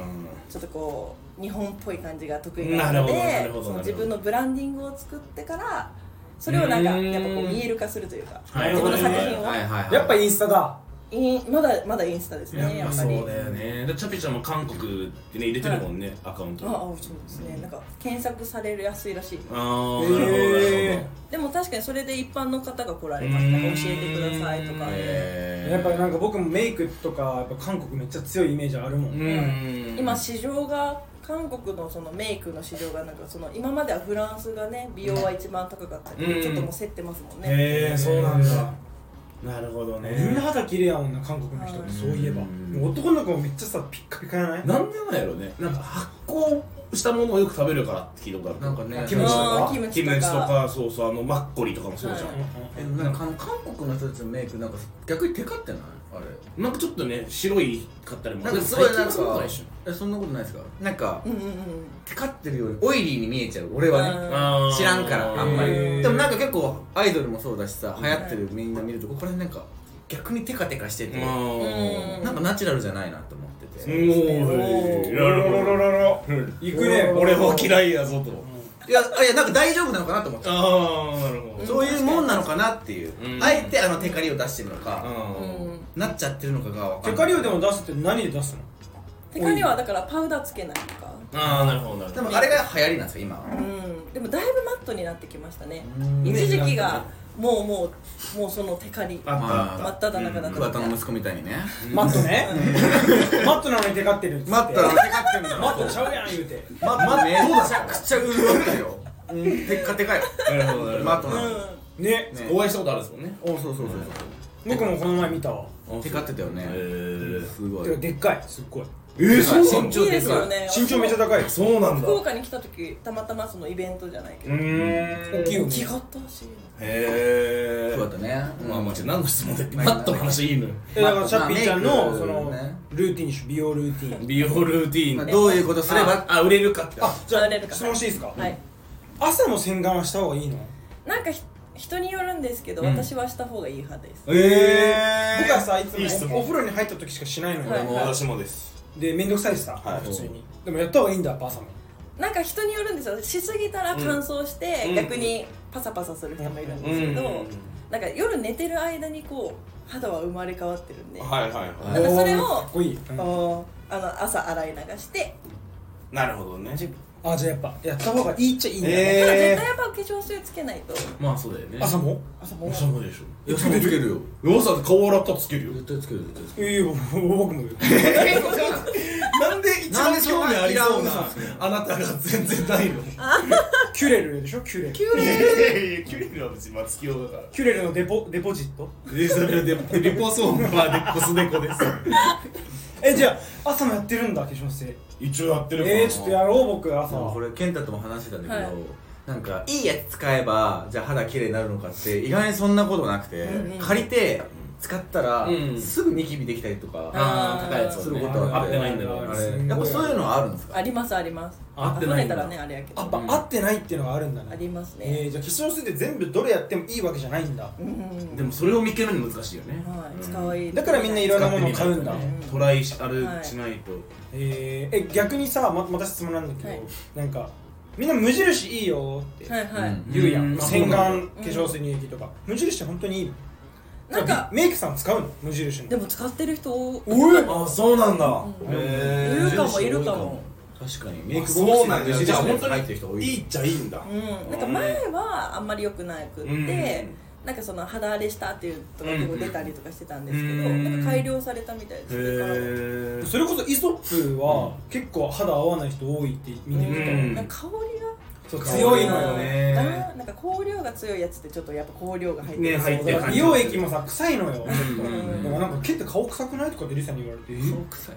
ちょっとこう日本っぽい感じが得意な
なる
の
ほどな
で
るほど
その
なるほど
自分のブランディングを作ってからそれをなんか
うーん
やっぱこう見える化するというか
はい
自分の作品を、
はいはいはい
やっぱインスタだ
インまだまだインスタですね
や
や
っぱ
っぱ
そう
り。
だよねでチャピちゃんも韓国ってね入れてるもんねアカウント
ああ
あ
そうですねなんか検索されるやすいらしい
あー
へー
なるほどなる
でも確かにそれで一般の方が来られますなんか教えてくださいとかで
へー
やっぱなんか僕もメイクとかやっぱ韓国めっちゃ強いイメージあるも
ほど
ん
うん
今市場が韓国のそのメイクの市場がなんかその今まではフランスがね美容は一番高かったけ
うん
どちょっともう競ってますもんね
へえそうなんだなるほど
みんな肌綺麗やもんな韓国の人
はい
そういえば
うん
男の子もめっちゃさピッカピカやない
なんでなんやろねなんか発酵したものをよく食べるからって聞いたことある
なんかね
キムチとか
あーキム
キ
チと
ムチと
か
かそうそうあのマッコリとかもそうじゃん、
は
えなんかあの韓国の人たちのメイクなんか逆にテカってないあれ
なんかちょっとね白いかったりも
なんかすごい
最
な
近
ん
はそん
か
なことないでしょ
えそんなことないですかなんか
うんうん
テカってるよりオイリーに見えちゃう俺はね
うん
あー
知らんからあんま
へー
りでもなんか結構アイドルもそうだしさ流行ってるみんな見るとここら辺なんか逆にテカテカして
あ
て
ー
うん
なんかナチュラルじゃないなと思って
お
て
ーなるほど
行くね
俺は嫌いやぞと
いやあいやなんか大丈夫なのかなと思って
ああなるほ
ん
そういうもんなのかなっていう
うん
あえてあのテカリを出してるのか
う
ど
ん
うん
うん
なっちゃってるのかが分か
テ
ん
カ
ない
リをでも出すって何で出すの
てかにはだからパウダーつけないとか
ああなるほどなるほ
で
ど
もあれが流行りなんですよ今
うんでもだいぶマットになってきましたね
うん
一時期
なん
が
か
もうもうもうそのテカリ
あったあっ
真
た
っ只中だった
桑田の息子みたいにね
マットね マットなのにテカってるっつって
マットなのにテカってんの
マットちゃうやん言うて
マットめちゃくちゃ潤ったようんテッカテカよ
なるほどなるほど
マットなのに
うん
ね
ね
お会いしたことあるんですもんね
おそうそうそう
僕もこの前見たわ
そうテカってたよ
へ
ね
え
すご
てか
い
でっかいすっごい
え
え
ー、そうなの
身
い
長
い
で
ですよ
かい
ね
身長めっちゃ高いです
そうなんだ
福岡に来た時たまたまそのイベントじゃないけど、
ーん
大きいよね
気があったし
へえ
桑田ね
まあまあちょっと何の質問だっけ
ま
マ
あ
ットの話いいのよ
えだからチャッピーちゃん
ま
の
あ
その
ね
ルーティンでしょ美容ルーティン
美容ルーティーン
まあどういうことすれば
ああ売れるかって
あじゃ
触れる
あ
か
質問していいですか
はい
朝の洗顔はした方がいいの
なんかひ人によるんですけど、
うん
私はした方がいい派です
えー
僕はさいつ
いい質
もお
問
お風呂に入った時しかしないの
はい
よ
私もです
でめんどくさいしさ
はい
普通にでもやった方がいいんだやっぱ朝も
なんか人によるんですよしすぎたら乾燥して、
うん
逆にパサパサする人もいるんですけど、なんか夜寝てる間にこう肌は生まれ変わってるんで、
はいはい
あ
は
なんかそれを
おーかっこいいうん
おあの朝洗い流して
いなるほどね
あじゃあやっぱやった方がいいっちゃいいんだ
ただ絶
え
対やっぱ化粧水つけないと
まあそうだよね
朝も
朝もう
朝もでしょ
いやそうつけるよ
よさ顔洗ったらつけるよ
絶対つける絶対つけ
いやいや僕も
なんで一番興味ありそうな
なんで
あなたが全然ないの
キュレルでしょキュレル
キュー
い
レ
やいやいやキュレルは別に松清だから
キュレルのデポデポジット
えそれでリポソームはデコスデコです
えじゃあ朝もやってるんだ化粧水
一応やってるから
えー、ちょっとやろう僕朝
そうこ
は
れ健太とも話してたんだけど、
はい
なんかいいやつ使えばじゃあ肌綺麗になるのかって意外にそんなことなくて、
うんうん
借りて使ったら、
うん
すぐニキビできたりとか、
あー高いやつ
することは
合ってないんだろう
あ
な
すご
れやっぱそういうのはあるんですか
ありますあります
合ってないん
溢れ
だ
たらねあれやけど
やっぱ合ってないっていうのがあるんだ
あ
ね
ります
え
ね、
ー、じゃあ化粧水って全部どれやってもいいわけじゃないんだ
うん
でもそれを見つけるの難しいよね
はい、
うん
使わいい
だからみんないろんなものを買うんだ
使ってみないとねトライしあれ
はい
しないと
えー、え逆にさままた質問なんだけど、
はい
なんかみんな無印いいよって
はいはい、
うん
言うやん、
うん
洗顔化粧水乳液とか、無印って本当にいいの
なんか
メイクさん使うの無印の
でも使ってる人多い
おい
あそうなんだ
い
へ
るかもいるかも
確かにメイ
ー
ク
そうなんだ
ボックスに
じゃあ本
入ってる
当
人多
に
い
いいっちゃいいんだ
うん、なんか前はあんまり良くなくって、
うん
なんかその肌荒れしたっていうとか結構出たりとかしてたんですけど、
うん
なんか改良されたみたいですね体が
へ
それこそイソップは結構肌合わない人多いって見てる
うん
なんか香りが
そう
強いの
香
よね
だななんか香料が強いやつってちょっとやっぱ香料が入って
ね入っ
り
て
が
る
だから
感
美
じ
容液もさ臭いのよ、
うん
だからなんか毛って顔臭くないとかってリサに言われてえ
臭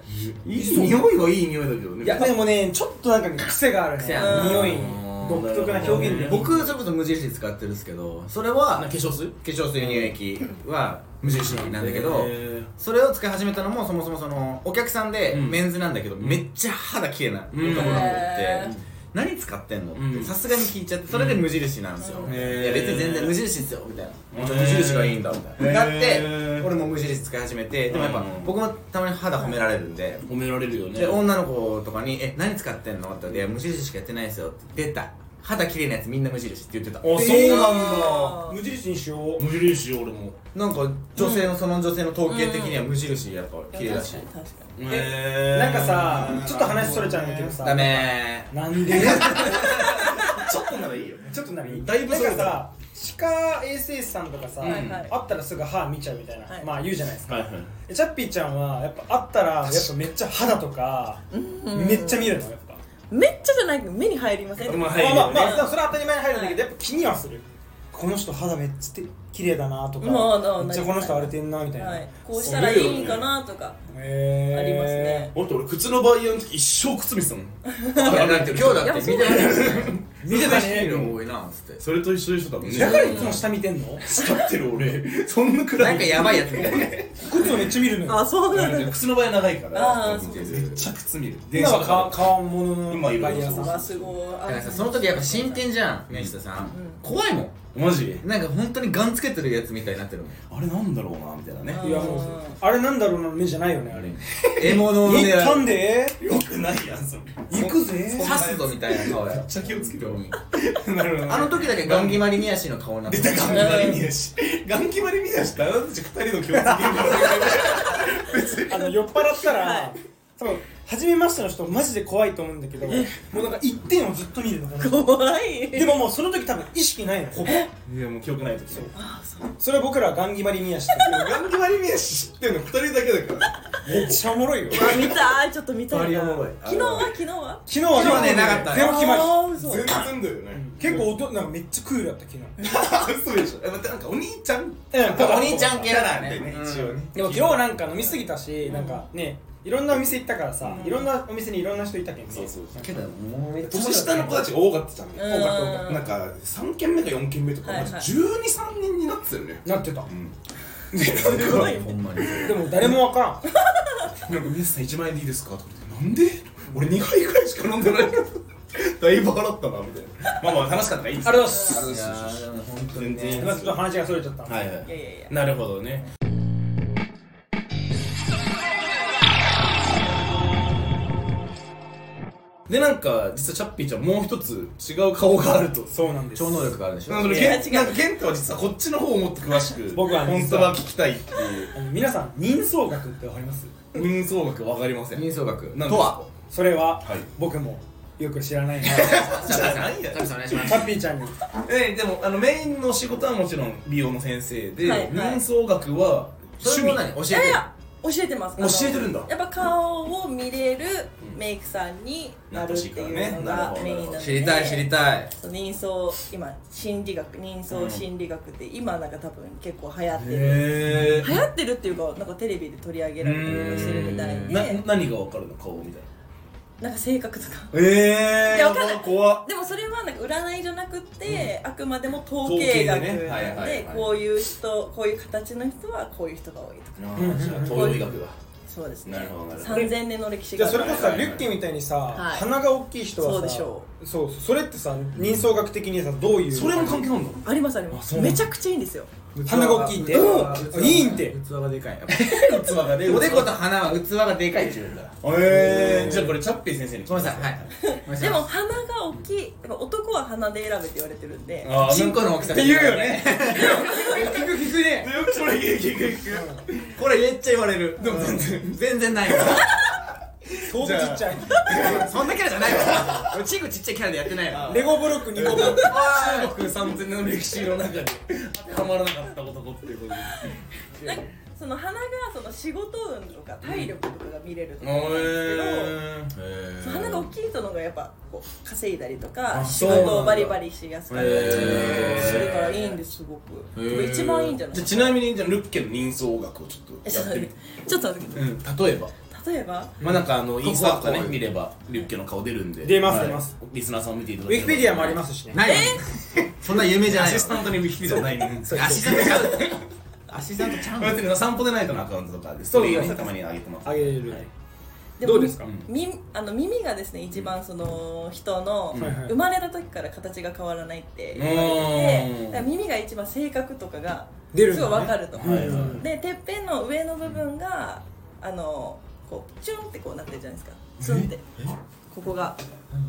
い
いい匂いはいい匂いだけどね
いやでもねちょっとなんかね癖があるね
癖
ある
匂いに
うん
独特な表現で
僕それこそ無印使ってるんですけどそれは
化粧水
化粧水乳液は無印なんだけど
へ
それを使い始めたのもそもそもそのお客さんで
うん
メンズなんだけどめっちゃ肌綺麗な男の子って
へー
何使ってんのっ
うん
てさすがに聞いちゃってそれで無印なんですよ
うん
いや別に全然無印ですよみたいな
へー
もうちょっと無印がいいんだみたいな
へー
なって俺も無印使い始めてでもやっぱ僕もたまに肌褒められるんで
褒められるよ
で女の子とかに「え何使ってんの?」って言ったらいや無印しかやってないですよ」って出た肌綺麗なやつみんな無印って言ってた
あ
そうなん
だ
無印にしよう
無印俺も
なんか女性のその女性の統計的には無印やっぱ綺麗だし
確かに確かに
へ
なんかさちょっと話それちゃうんだけどさ
ダメ
なんで
ちょっとならいいよ
ちょっと何
だいぶ
なん
それ
かさ歯科衛生士さんとかさ、
はいはい
あったらすぐ歯見ちゃうみたいな、
はい
まあ言うじゃないですか
はいはい
チャッピーちゃんはやっぱあったらやっぱめっちゃ肌とかめっちゃ見るのやっぱ
めっちゃじゃないけど目に入りません
まあ入る
まあ
よ
まあ
ね
まあでもそれは当たり前に入るんだけどやっぱ気にはするこの人肌めっちゃ綺麗だなとか
まあな
めっちゃこの人荒れてんなみたいな、
はい、こうしたらいいんかなとか
へー
ありますね、
ほんと俺靴のバイヤーの時一生靴見てたもん
いやだって今日だって見てない
見てたね
の多いなっつって
それと一緒でしょ多分ね
だからいつも下見てんの
使ってる俺そんなくら
ないんかやばいやつみたいな
靴をめっちゃ見るのよ
あそうなんだ
靴の場合長いから
あーそう
めっちゃ靴見る
今は
か
か買うものの
今いる
バイヤー
う
さ
わ
ん
すごい
だからさその時やっぱ進展じゃん宮下さん怖いも
マジ
んなんか本当にガンつけてるやつみたいになってるもん
あれなんだろうなみたいなね
うん
いやもうあれなんだろうな目じゃないよねあれ
獲物の
行った
狙い
んで
よくないやんそれ
行くぜ
刺すぞみたいな顔やめっちゃ気をつけて
なるほど
あの時だけガンギマリ宮氏の顔になって
出
る
たガン決まり宮氏ガン決まり宮氏ってあなたたち二人の共通言語だ
あの酔っ払ったら多分初めましての人マジで怖いと思うんだけどもうなんか一点をずっと見るのこの人
怖い
でももうその時多分意識ないのほぼ
いやもう記憶ない時そう
それは僕らはガンギマリ宮下
ガン決まり宮氏知ってるの二人だけだから
めっちゃおもろいよ
うわ見たいちょっと見たいな
バリアもろい
昨日は昨日は
昨日は
昨日ねなかったね
ゼロ決まり
あー嘘
全然だよね
結構音なんかめっちゃクールだった昨日
そうでしょえ待ってなんかお兄ちゃん
うん
お兄ちゃん系だからね
一 応ね
でも昨日なんか飲みすぎたしなんかねいろんなお店行ったからさいろんなお店にいろんな人いたけんね
そうそうそう
けどもうめっちゃ
年下の子たちが多かったじゃん多
うん
かった多かったなんか3軒目か4軒目とか
はい
マ
はい
ジ123人になってたよ ね
なってた
すごい
ほんまに
でも誰もわからん
なんか皆さん1万円でいいですかとか言ってなんで俺2杯くらいしか飲んでないけど だいぶ払ったなみたいなまあまあ楽しかったからいいです
ありがとうござ
あ
います
り
い
がとうございま
や
す
ーでも本当に
全然いい
ね
まあちょっと話がそれちゃった
はいはい
いやいやいや
なるほどねでなんか実はチャッピーちゃんもう一つ違う顔があると
そうなんです
超能力があるでしょ
なんかそれ
いや違
けん
う
なんか健太は実はこっちの方をもっと詳しく
僕はね
本当は聞きたいっていう
あの皆さん人相学ってわかります
運送額わかりません
人相学
なん
とは
それは、
はい
僕もよく知ら ないなチ
じゃあ何や
タミさんお願いしま
ャッピーちゃんに
えでもあのメインの仕事はもちろん美容の先生で、
はいはい
運送学は
そ
趣
れも
味
何教えて
いやいや教えてますあの
教えてるんだ
やっぱ顔を見れるメイクさんになるっていうのがメインなので
知りたい知りたい
人相今心理学人相心理学って今なんか多分結構流行ってる
へ
流行ってるっていうかなんかテレビで取り上げられたりとかしてるみたいで
な何がわかるの顔みたいな
なんか性格とか
え
いやわかんない
怖っ
でもそれはなんか占いじゃなくって、あくまでも統計学
統計でねはいはいはい
でこういう人こういう形の人はこういう人が多いとか
あーじゃあ東洋医学だ
そうですね
なるほどなるほど
3000年の歴史
じ
が
ゃあ
あ
そ
る
れこそ
はいは
さ
い
リ
はい
ュッケみたいにさ、
はい
鼻が大きい人はさ
そうでしょ
うそうそうそれってさ人相学的にさどういう
それも関係あるの
ありますあります
あそうなの
めちゃくちゃいいんですよ
鼻が大きいってうんいいんって
器がでかい
器がね
おでこと鼻は器がでかいって言うんだ
えー、じゃあこれチャッピー先生に
ごめんなさいはい
でも鼻が大きいやっぱ男は鼻で選べって言われてるんで
あ
チンコの大きさ
って言うよね聞く聞くね
よくそれ聞く聞く
これめっちゃ言われるでも全然全然ないわ
相当ちっちゃい
そんなキャラじゃないわ俺チークちっちゃいキャラでやってないわ
レゴブロック2個分
中国三千年の歴史の中に当てはまらなかった男っていうことで
なんかその花がその仕事運とか体力とかが見れるとか、
え
その花が大きい人の方がやっぱこう稼いだりとか
あ
仕
そうなんだ
事をバリバリしやすかったりす
へー
るからいいんですすごく、でも一番いいんじゃない
じゃあちなみにじゃあルッケの人相楽をちょっ
え
と
ちょ
や
っと
っ
待
て
っ
み
て
て
ちょっと待って
うん例えば
例えば
まあなんかあのインスタとかね
こう
見ればリュッケの顔出るんで
出ます
はい
出ます
リスナーさんを見ていただ
ウ
けれ
ィ
ば
キペディアもありますしね
ないわそんな有名じゃ
ア
ない
シ
わ
スタントにウィキペディアないね
アシスタントちゃうアシスタントちゃう
こうやってね散歩でないとのアカウントとかでストーリーをねたまに上げてます
あげれる
でも
どうですか
みあの耳がですね一番その人の
はいはい
生まれた時から形が変わらないって言われててだから耳が一番性格とかが
出るん
す
だ
ご
ね
い分かると思う、
はいは
でてっぺんの上の部分があのこうチュンってこうなってるじゃないですかツンってここが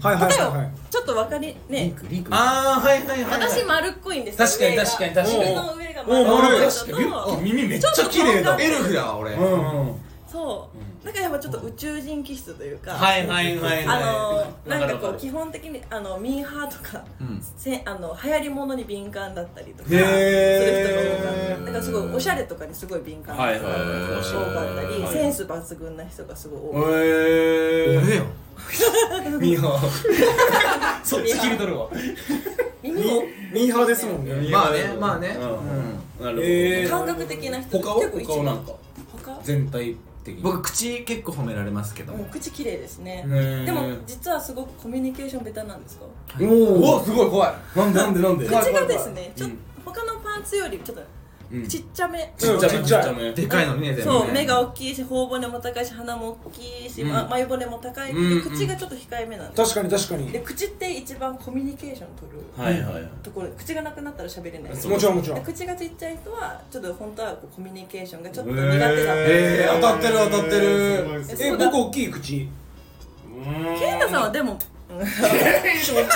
はいはい
答え
はいは
を
い
ちょっと分かり
リン
ね
クリンク
あーはいはいはい
私丸っこいんですよ
確かに
上が
確かに確かに
耳の上が
おお
丸っこい
確
人
かに
と
耳めっちゃ綺麗だ
ちょっと
エルフだわ俺
うんうん
そうなんかやっぱちょっと宇宙人気質というか
はいはいはいはい
あの
わ
な
る
んか
わ
こ
る
う基本的にあのミーハーとか、
ん
せあの流行りものに敏感だったりとかする
へー
人が多いなんかすごいおしゃれとかにすごい敏感な
はい
人
は
が
いはい
多かったり、
はい
センス抜群な人がすごい多い、
え
俺よ
ー、ミーハーそっち切り取るわ
耳も
ミーハーですもんね
まあねまあね
うんなるほど
え
感覚的な人
他は
結構一
他はなん
番
か
他
全体的に
僕口結構褒められますけど
うん口綺麗ですね、
で
でも実はすごくコミュニケーションベタなんですか
おーうわすごい怖いなんでなんでなんで
口がですねちょっ
うん
と他のパンツよりちょっ
うん
とちっちゃめ、
ちっちゃ
ち
め
っ
ちっ
ち
ち
ゃい
ゃめ
でかいのね全部ね
そう目が大きいし頬骨も高いし鼻も大きいし、ま眉骨も高いし、
うんうん
口がちょっと控えめなんです
確かに確か
で
に
口って一番コミュニケーション取る
はいはいはい
ところ口がなくなったら喋れない
もちろんもちろ
で
ん
口がちっちゃい人はちょっと本当はこうコミュニケーションがちょっと苦手だった
えー、当たってる当たってる
え
え
そうだ
僕大きい口
健太さんはでもそれこ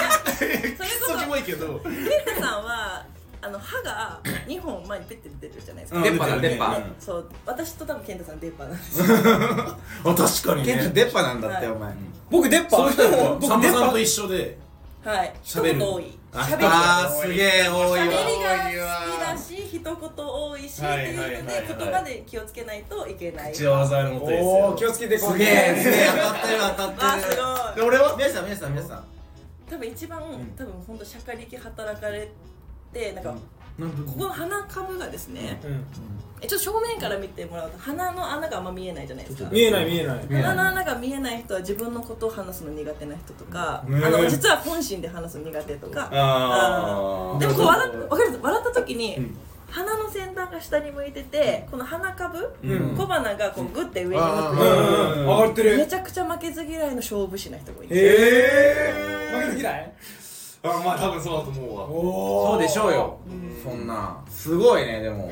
そ健
ごいけど
太さんはあの歯が2本前にペッて出てるじゃないですか、
出っ歯だ出っ
う
歯
ん
そう私と多分健太さん出っ歯なんです
あ確かに
ケント
ね
出っ歯なんだってお前
僕出っ
そうい
歯
う人はこう
僕
さんま
出っ
さん
歯
と一緒で
はい一
喋る
言多い喋り
あーすげえ多
喋り
いわ
が好きだし一言多いしっていうの
はいはい
で
はいはい
言葉で気をつけないといけない
一応技あるのとです
おお気
よ
をつけてこう
すげえすげえ当たってる当た
あー
って
す
る
ごい
で俺は皆さん皆さん皆さ
多分一番、多分本当シャカリキ働かれてなんか、
んなん
ここの鼻かぶがですね、
うん
えちょっと正面から見てもらうと鼻の穴があんま見えないじゃないですか
見えない見えない
鼻の穴が見えない人は自分のことを話すの苦手な人とか、
ね
あの実は本心で話すの苦手とか
あー
でもこう笑っわかる笑った時に、鼻の先端が下に向いててこの鼻かぶ、
うん
小鼻がこうグッて上に
あ
うんう
向
んうん上がって
くめ
る
ちゃくちゃ負けず嫌いの勝負師な人もいる
ええ負けず嫌い
あまあ多分そうだと思うわ
おお
そうでしょうよそんなすごいねでも
へ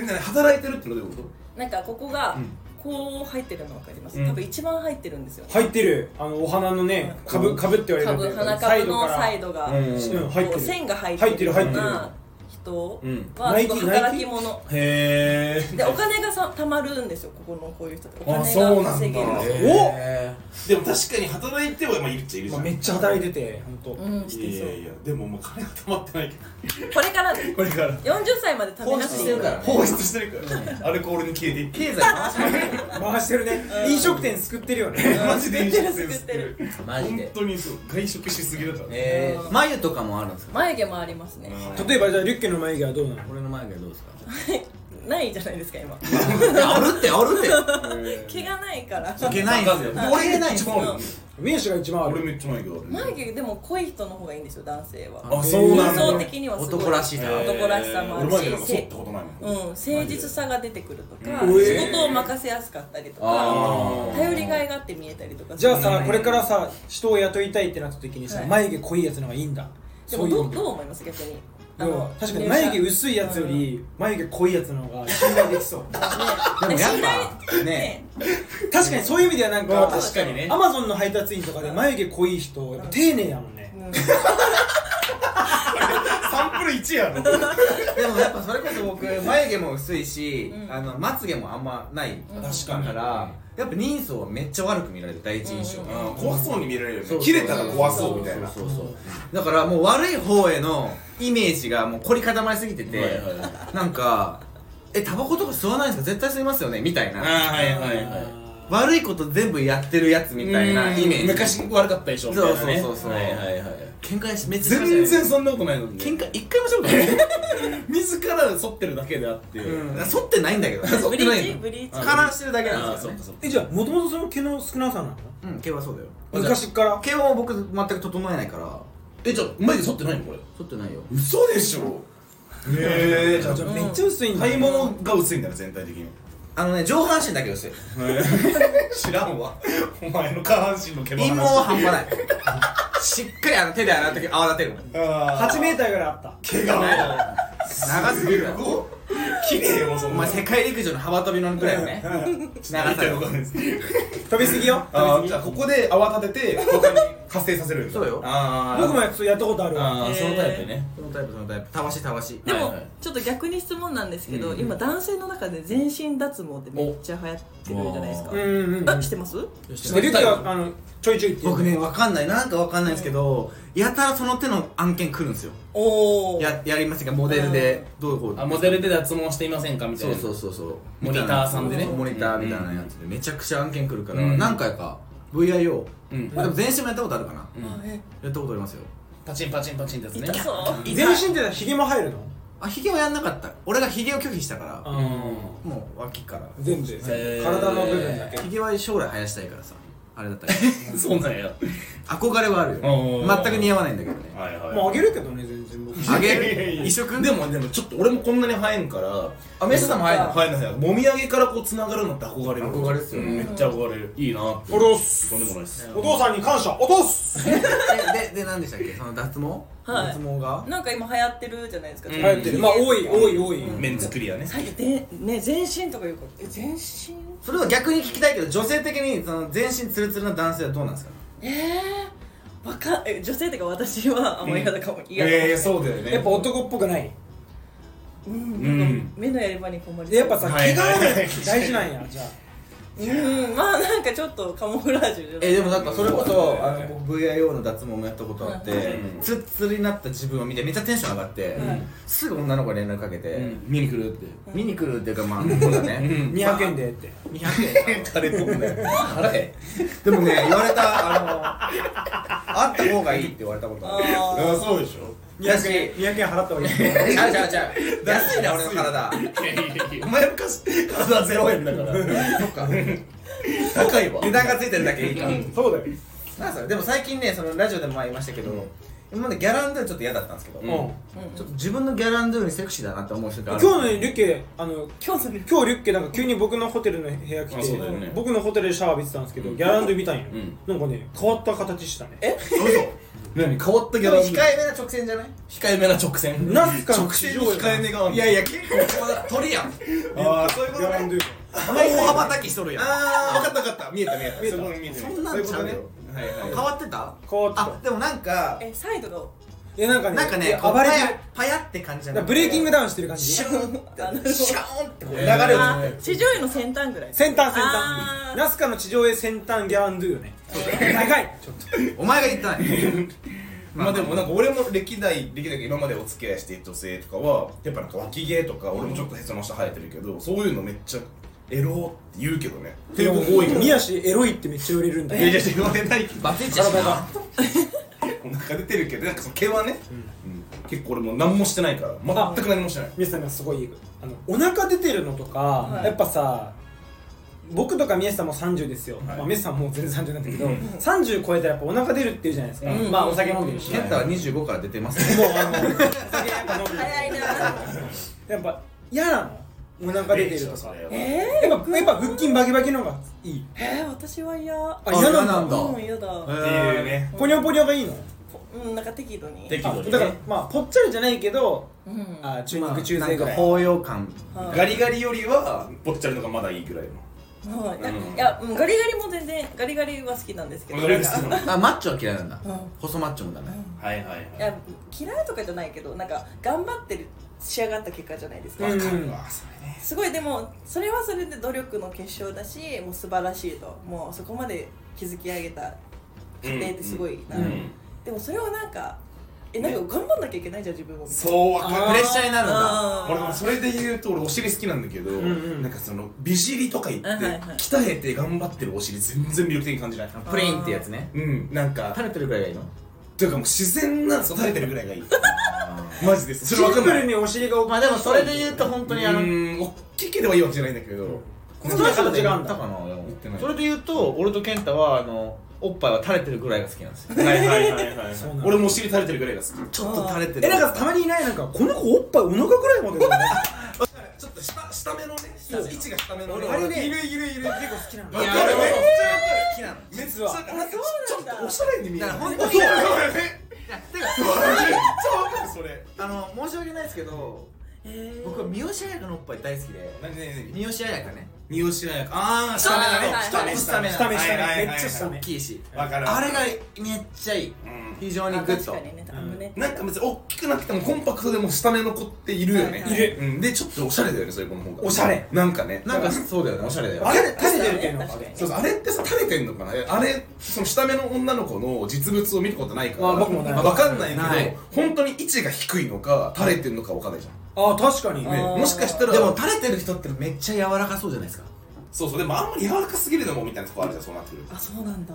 え働いてるってのはどういうこ
なんかここがこう入ってるの分かります、
うん
多分一番入ってるんですよ
入ってるあのお花のねかぶかぶって言われ
多
るん
分
だけど
鼻か
サイ
ぶ
ド
の
から
サイドが、
うん
うん入っ
こ
て
う
る
線が入ってるよう
入ってる入
な人は
ナ
す
イキ
ごい
ナイキ
働き者
とへ
でお金がさ貯まるんですよここのこういう人ってお
あそう
金が
なんだ
稼げる
お
でも確かに働いてはまあいるっちゃいるじ
ま
ゃ
あ
ん
めっちゃ働いてて本当
うんし
いや
て
い
そう
やいやでももう金が溜まってないけど
これからです
これから
40歳まで食べなくていい
放出してるから
放出してるからアルコールに消えていって
経済回しませんよ
回してるね飲食店救ってるよね
マジで飲食店
作ってる
マジで
本当にそう外食しすぎだからね
えー眉とかもあるんですか
眉毛もありますね、
例えばじゃあリュッケの眉毛はどうなの
俺の眉毛どうですか
ないじゃないですか今
あるってあるって
毛がないから
いけないんですよ
俺が一番あるよね
名刺が一番あ
俺
る
めっちゃ前けど
眉毛でも濃い人の方がいいんですよ男性は
あそうなんだ
理想的にはすごい
男らしいな
男らしさもある
俺眉毛なん
し
か
せ
剃ったことないもん
うん、誠実さが出てくるとか、
うん
仕事を任せやすかったりとか
あー
頼りがいがあって見えたりとか
じゃあ
する
さこれからさ人を雇いたいってなった時にさ
はい
眉毛濃いやつの方がいいんだ
で
そ
も
ういう
ど
意
う
味で
どう思います逆に
要は確かに眉毛
ね
薄いやつより眉毛濃いやつの方が信頼できそう
でもやっぱね
ね
確かにそういう意味ではなん
まあ
か
確かにね
アマゾンの配達員とかで眉毛濃い人やっぱ丁寧やもんね
うん
サンプル1やろ
でもやっぱそれこそ僕眉毛も薄いし
うん
あのまつ毛もあんまない
うん
確
だ
かに
からやっぱ人相はめっちゃ悪く見られる第一印象、
うん
あー怖そうに見られるよ
そ
ね
う
切れたら怖そうみたいな
そうそうそうだからもう悪い方へのイメージがもう凝り固まりすぎてて、
はいはいはい
なんか「えタバコとか吸わないんですか絶対吸いますよね」みたいな
あーはいはいはい
悪いこと全部やってるやつみたいなイメージ
昔悪かったでしょみたいなね
そうそうそうそう
はいはいはい
喧嘩やしめっちゃしました
全
よね
然そんなことないのにね
喧嘩一回もしたことない
自ら剃ってるだけであって
うん反ってないんだけどね反
ブ
って
リ
な
ー
い
チ
の
ブリーチ
カラーしてるだけなん
あ
で
ー
す
そ
よ
っ
ね
かそっか
えじゃあもともとその毛の少なさなの
うん毛はそうだよ
昔っから
毛は僕全く整えないから
えじゃあマジで剃ってないのこれ
剃ってないよ
嘘でしょええじゃあ
じゃあめっちゃ薄いんだ
買い物が薄いんだな全体的に
あのね上半身だけ薄い
知らんわお前の下半身の毛の
陰毛は半端ないしっかりあの手で洗った時泡立てるもん
8メーターぐらいあった
毛が
長すぎるだ ろ
綺麗よそ
お
んな
前世界陸上の幅跳びのくらいのね長さ
痛いわ
よ
かんないです
飛びすぎよ
あーじゃあここで泡立てて他に発生させるんだ
そうよ
あ
僕もやつやったことあるわ
ああそのタイプね
そのタイプそのタイプたわしたわし
でも、
はいはい
ちょっと逆に質問なんですけど、
うん
今男性の中で全身脱毛ってめっちゃ流行ってるじゃないですか
うんうんうん
あしてます
リュックはあのちょいちょいっていう
僕ねわかんないなんかわかんないんですけどやたらその手の案件来るんですよ
おお
ややりましたがモデルでどういう方
あモデルで脱毛していませんかみたい
そう
な
そうそうそう
モニターさんでね
そうモニターみたいなやつでめちゃくちゃ案件来るから
うん
何回か VIO
うん
まあでも全身もやったことあるかな
うん
え
やったことありますよ
パチンパチンパチンですね
痛そう
全身ってヒゲも入るの
あヒゲはやんなかった俺がヒゲを拒否したから
うん
もう脇から
全部全
へー
部体の部分だけ
ヒゲは将来生やしたいからさあれだった り
そうなんや
憧れはある
おー
よ全く似合わないんだ けどね
はいは
まああげるけどね全然僕
あげ
いやいやいや
る移植
でもでもちょっと俺もこんなに生えんから
あメスさんも生えんの
生えない生えないもみあげからこうつながるのって憧れる
憧れっすよね
めっちゃ憧れるいいなって
おどす
とんでもないっす
お父さんに感謝おどす
ででで何でしたっけその脱毛
はい
脱毛が
なんか今流行ってるじゃないですか、
うん
ちょ
流
っと
行ってるまあ多い多い多い
メンズクリアね
最近でね全身とか言うからえ全身
それは逆に聞きたいけど女性的にその全身ツルツルな男性はどうなんですか
えー、わかえ女性っていうか私はあんま嫌だかも嫌だかも
ええそうだよね
やっぱ男っぽくない
うん、
ん
なんか目のやり場に困り
やっぱさ
はい
毛があ
はいは
る
い
大事なんやじゃあ
うんまあなんかちょっとカモフラージュじゃない
えでもなんかそれこそあの僕 VIO の脱毛もやったことあって、
うん
ツルツルになった自分を見てめっちゃテンション上がって、
ん
すぐ女の子に連絡かけて、
見に来るって
見に来るっていうかまあそうだね、
うん
200円でって
200円
彼ともね腹へ
でもね言われたあのあった方がいいって言われたことある
あ
あ
ーそうでしょ
安い
200円払った方がいい
違う違う違う安いな俺の体
お前の昔体0円だから
そっか
高いわ
値段がついてるだけいいから
そうだよ
なんすかでも最近ねそのラジオでも前言いましたけど、今までギャランドゥちょっと嫌だったんですけど、
うん
うん
ちょっと自分のギャランドゥにセクシーだなって思う瞬間ある
今日のねリュッケあの
今日それ
今日リュッケなんか急に僕のホテルの部屋来
あ
て、
そうだよね
僕のホテルでシャワー浴びてたんですけど、ギャランドゥ見たんよ、
うん
なんかね変わった形したね
え
何変わったギ
で
ャ
も
ラ
控えめな直線じゃない
控えめな直線
ナスカの
直線の控えめがある
いやいや結構こうだ鳥やん
ああそういうことね
ゥ
大幅たきしとるやん
ああ分かった分かった見えた見えた
見えた
そこに見えた
そんなんちゃうよ
はいはい
変わってた
変わって
あ
た
でもなんか
えサイドが
いやなんかね
なんか
い
ね
や
こう
暴れてる
パヤパヤって感じじゃ
だ
な
から
い
ブレーキングダウンしてる感じ
シ
先
ューンってシューンってこう流
あ
れ
れ
る
は
あ
ね
地上絵の先端ぐらい
端先
あ
端
ー
ナスカの地上絵先端ギャランドゥよね長いちょっと
お前が言ったね
まあでもなんか俺も歴代歴代が今までお付き合いしている女性とかはやっぱなんか脇毛とか俺もちょっとへその下生えてるけどそういうのめっちゃエロって言うけどねっていう子多いけど
宮氏エロいってめっちゃ売れるん だ
いやい
よ
や言われないけど
バテちゃうな
お腹出てるけどなんかその毛はね、うん結構俺もう何もしてないから全く何もしてない
宮氏さんがすごいあのお腹出てるのとか、
はい
やっぱさ僕とか宮氏さんも30ですよ、まあ、宮氏さんもう全然30なんだけど、30超えたらやっぱお腹出るっていうじゃないですか、
うん
まあお酒飲んでるし、
健太は25から出てますね
もうあの、お酒やっぱ飲む
早いな
やっぱ嫌なのお腹出てるとかやっ
え
ぱやっぱ腹筋バキバキの方がいい
ー、えー、私は嫌
あ嫌なんだ
嫌
うん嫌だ
っていうね
ポニョポニョがいいの
うんなんか適度に
適
あ
度に
だから
ね
まあぽっちゃりじゃないけど
うんは
あ中肉中背ぐらい
なんか包容感
い
ガリガリよりはぽっちゃりのがまだいいぐらいの
はいな
うん
いやうんガリガリも全然ガリガリは好きなんですけど
ガリガリ好きなの
なんか
あマッチョは嫌いなんだ
うん
細マッチョもダメ
はいはい
いや嫌いとかじゃないけどなんか頑張ってる仕上がった結果じゃないですか、
うん
かるわそれね
すごいでもそれはそれで努力の結晶だしもう素晴らしいともうそこまで築き上げた過程ってすごいな、
うんうん
でもそれをなんかえなんか頑張んなきゃいけないじゃん自分もみたい
そうわかる
あ
プレッシャーになるんだ
な
俺もそれで言うと俺お尻好きなんだけど、
んうん
なんかその美尻とか言って、
うんはいはい
鍛えて頑張ってるお尻全然魅力的に感じない
プレインってやつね
うんなんか
垂れてるぐらいがいいの
というかもう自然な育ててるぐらいがいい
あ
マジです
シ
それわか
ン
ん
プ
ない
ルにお尻が
ーまあでもそれで言うと本当にあの
うーん大きいければいいわけじゃないんだけど、
ストレスが違うん
ん
だ
だ
かなでも
言ってない
それで言うと俺と健太はあのおっぱいは垂れてるぐらいが好きなんですよ
はいはいはいはい、
そうなんだ
俺もお尻垂れてるぐらいが好き
ちょっと垂れてる
えなんかたまにいないなんかこの子おっぱいお腹ぐらいまで
ちょっと下下目のね位置が下目の
俺
ね
あれねゆるゆるゆる結構好きなの
わか
いや
るめっちゃわかる
好きなの
熱は
なんかちょっ
だ
とおしゃれに見える
だから本当
当
に
にそれ
あの申し訳ないですけど
え
僕は三好彩香のおっぱい大好きで
何何何
三好彩香ね
三好彩香ああ下目だ
あーは
ね
いはい
下目
下目下目
はいはいはい
めっちゃ下目
大きいし
わかる
あれがめっちゃいい
うん
非常に
あ
グッ
確
と
かにねあのね
なんか別に大きくなくてもコンパクトでも下目の子っているよね
はいはい
いる
うんでちょっとおしゃれだよねそういう子の方が
おしゃれ
なんかね
なんかそうだよねおしゃれだよ
あ
ね
れ垂れてるっていうの
確かに
そうそうあれってさ垂れてんのかなあれその下目の女の子の実物を見たことないから
あ僕もない
分かんないけど
ない
本当に位置が低いのか垂れてんのか分かんないじゃ
あ確かに
ん、ね
あー
もしかしたら
でも垂れてる人ってめっちゃ柔らかそうじゃないですか
そうそうでもあんまり柔らかすぎるのもみたいなとこあるじゃんそうなってくると
あそうなんだ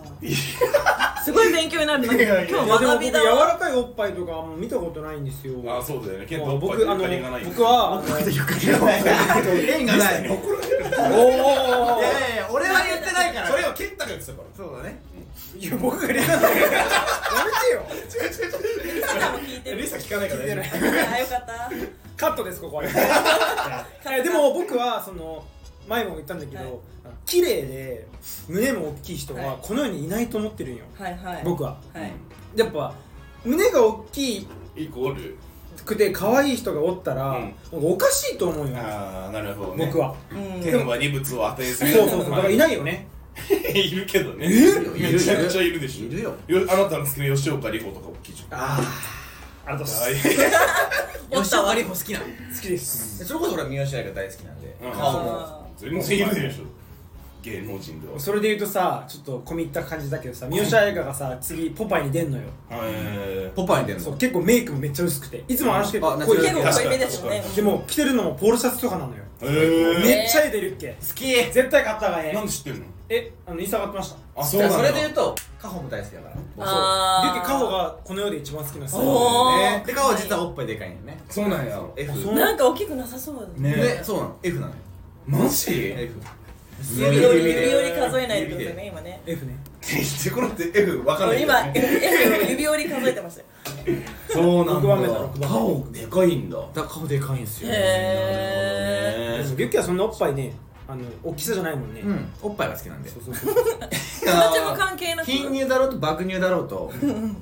すごい勉強になるなんか
いやいやいや
今
い
日
やで
学
も僕
び
柔
だわ
らかいおっぱいとかあんま見たことないんですよ
あそうだよね健
も
太
う
僕
僕
あ
あ
の
の
りがないよね
僕は
縁がないいや
おお
いや俺は言ってないから
それを健太が言ってたか
そうだね
いや僕がレナだよやめてよ
らリサ聞かないから大丈夫
あよかった
カットですここはえでも僕はその前も言ったんだけど、
はい
綺麗で胸も大きい人
は
はいこの世にいないと思ってるんよ、
はいはい
僕は
はい
やっぱ胸が大き
イコール
くて可愛い人がおったら、
うん
なんかおかしいと思うよ、
ああなるほどね
僕は、
うん
天は二物を与えず
そう
に
そうそうだからいないよね
いるけどね
いるよ
めちゃくちゃいるでしょ
いるよ
よあなたの好きな吉岡里帆とか大きいじゃん
あ
ありがとうございます
あ
あ吉岡里帆好きなの
好きです
それこそ俺は三好彩香大好きなんで
うん
顔も
あ
全然いるでしょ芸能人では
それで言うとさちょっと込み入った感じだけどさ三好彩香がさ次ポパイに出んのよ
え
ポパイに出る
そ
の
う結構メイクもめっちゃ薄くていつもあの人結
あ
構
ー
濃い
結構
確
濃
か
い
に
めですよね
でも着てるのもポールシャツとかなのよ
ー、え
めっちゃ絵出るっけ
好き
絶対買った方がえ
ー、
え
なんで知ってんの
えあのインスタ上がってました
あそ
そそれで言うとカホも大好きだから
あー
リュウキカホがこの世で一番好きなんです
お
よ
ー
ねで顔は実はおっぱいでかいんよね
そうなんや
F
あそう
なんか大きくなさそうだね
ね
でそうなの F なのよ
マジ
F
指より指
指
より数えないってことだよ
指
ね今ね
F ね
って言ってこれって F わかんないけど
今 F を指折り数えてましたよ
そうなん
6番目だ
だ
6番目
顔でかいんだ
だ顔でかいんすよ
へ
え
リュウキはそんなおっぱいねあの大きさじゃないもんね
うんおっぱいが好きなんで
そうそうそう
ー形も関係なく
貧乳だろうと爆乳だろうとうん